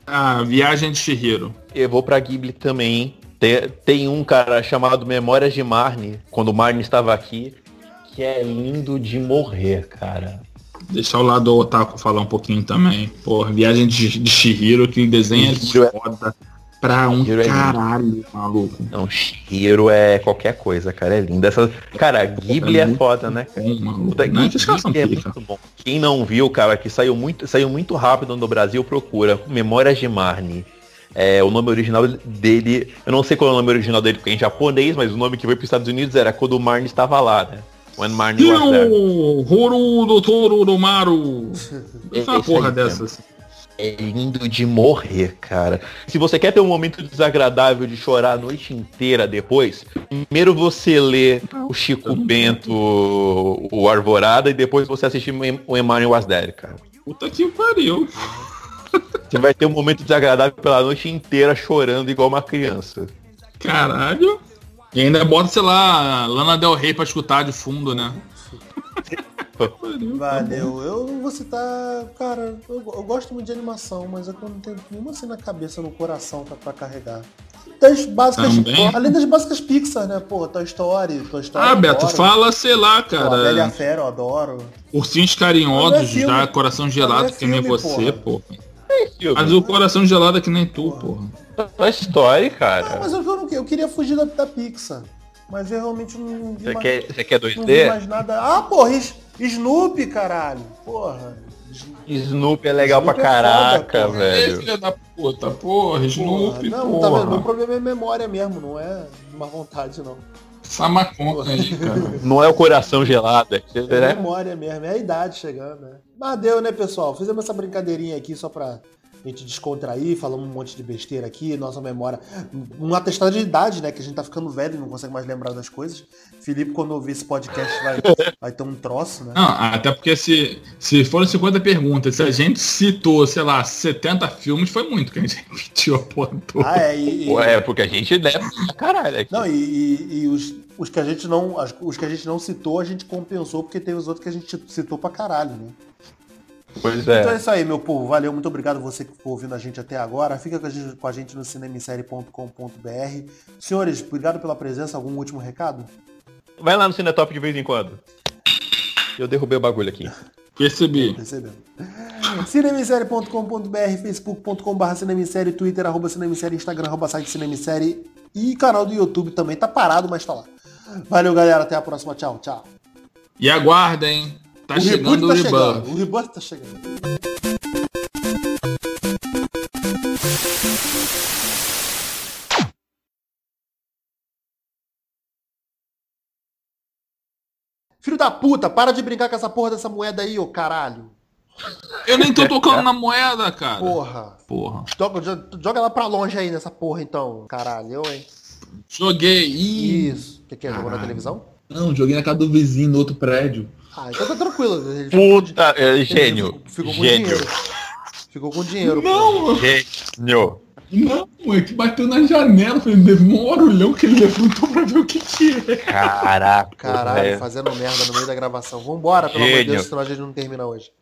Ah, Viagem de Shihiro. Eu vou pra Ghibli também. Tem, tem um cara chamado Memórias de Marne, quando Marne estava aqui, que é lindo de morrer, cara. Deixar o lado do Otaku falar um pouquinho também. Porra, Viagem de, de Shihiro, que desenha Shihiro é- foda pra um Shihiro é lindo. caralho, maluco. Não, Shiro é qualquer coisa, cara. É lindo. Essa... Cara, Ghibli é, muito foda, né, cara? Bom, maluco. Puta, Não é que os caras são Ghibli é pica. muito bom. Quem não viu, cara, que saiu muito, saiu muito rápido no Brasil, procura Memórias de Marne. É, o nome original dele, eu não sei qual é o nome original dele, porque é em japonês, mas o nome que veio para os Estados Unidos era quando o Marne estava lá, né? When Marne was there. Não, Horu Doutor Uromaru. É Essa isso porra aí, dessas. É lindo de morrer, cara. Se você quer ter um momento desagradável de chorar a noite inteira depois, primeiro você lê o Chico Bento, o Arvorada, e depois você assiste o Emmanuel Wasdell, cara. Puta que pariu. Você vai ter um momento desagradável pela noite inteira chorando igual uma criança. Caralho. E ainda bota, sei lá, Lana Del Rey pra escutar de fundo, né? tá Valeu. eu não vou citar. Cara, eu, eu gosto muito de animação, mas é que eu não tenho nenhuma assim na cabeça, no coração pra, pra carregar. Das básicas. Também? Além das básicas Pixar, né? Pô, Toy Story, Toy Story. Ah, eu Beto, adoro. fala, sei lá, Pô, A Bela e a cara. Fera, eu adoro. Ursinhos Mas não é carinhosos, filme. já, coração Mas não é gelado que nem filme, você, porra. porra. É Mas o coração gelado é que nem tu, porra. Toy Story, Não, É cara. mas eu, eu, não- eu queria fugir da, da Pixar. Mas eu realmente não vi Você mais- quer, você quer Não vi 2D? mais nada. Ah, porra, Is- Snoopy, caralho. Porra. Snoopy Snoopy é legal Snoopy pra é foda, caraca, porra. É, velho. filha da puta, porra, Snoopy, Não, tá vendo? Meu porra. problema é memória mesmo, não é uma vontade, não. Samaconca aí, cara. Não é o coração gelado, é, que- É né? memória mesmo, é a idade chegando, né? Mas deu, né, pessoal? Fizemos essa brincadeirinha aqui só pra gente descontrair, falamos um monte de besteira aqui, nossa memória. Um atestado de idade, né? Que a gente tá ficando velho e não consegue mais lembrar das coisas. Felipe, quando ouvir esse podcast, vai, *laughs* vai ter um troço, né? Não, até porque se, se foram 50 perguntas, se a gente citou, sei lá, 70 filmes, foi muito que a gente *laughs* repetiu a porra toda. Ah, é, e, e- Pô, É, porque a gente leva pra caralho aqui. Não, e, e- e os, os que a gente não. as- os que a gente não citou, a gente compensou, porque tem os outros que a gente citou pra caralho, né? Pois Então é é. isso aí, meu povo. Valeu, muito obrigado você que ficou ouvindo a gente até agora. Fica com a gente, com a gente no cinemissérie.com.br. Senhores, obrigado pela presença. Algum último recado? Vai lá no Cinetop de vez em quando. Eu derrubei o bagulho aqui. Percebi. Percebeu? Cinemissérie.com.br, facebook.com.br cinemissérie, twitter, arroba cinemissérie, instagram, arroba site cinemissérie e canal do YouTube também. Tá parado, mas tá lá. Valeu, galera. Até a próxima. Tchau, tchau. E aguardem. Tá o chegando reboot o tá Rebuff. chegando. O reboot tá chegando. Filho da puta, para de brincar com essa porra dessa moeda aí, ô caralho. Eu nem tô tocando na moeda, cara. Porra. Porra. Joga, jo- joga lá pra longe aí nessa porra então, caralho, eu, hein? Joguei. Ih, Isso. O que, que é? Jogou na Caralho. televisão? não, joguei na casa do vizinho, no outro prédio. Ah, então tá tranquilo. Ele Puta, é, ele gênio. ficou- Ficou com gênio. dinheiro. Ficou com dinheiro. pô. Não, Gênio. não, é que bateu na janela. Falei, teve um orulhão que ele levantou pra ver o que que é. Caraca. Caralho, velho. fazendo merda no meio da gravação. Vambora, pelo amor de É. Gênio. Deus, senão a gente não termina hoje.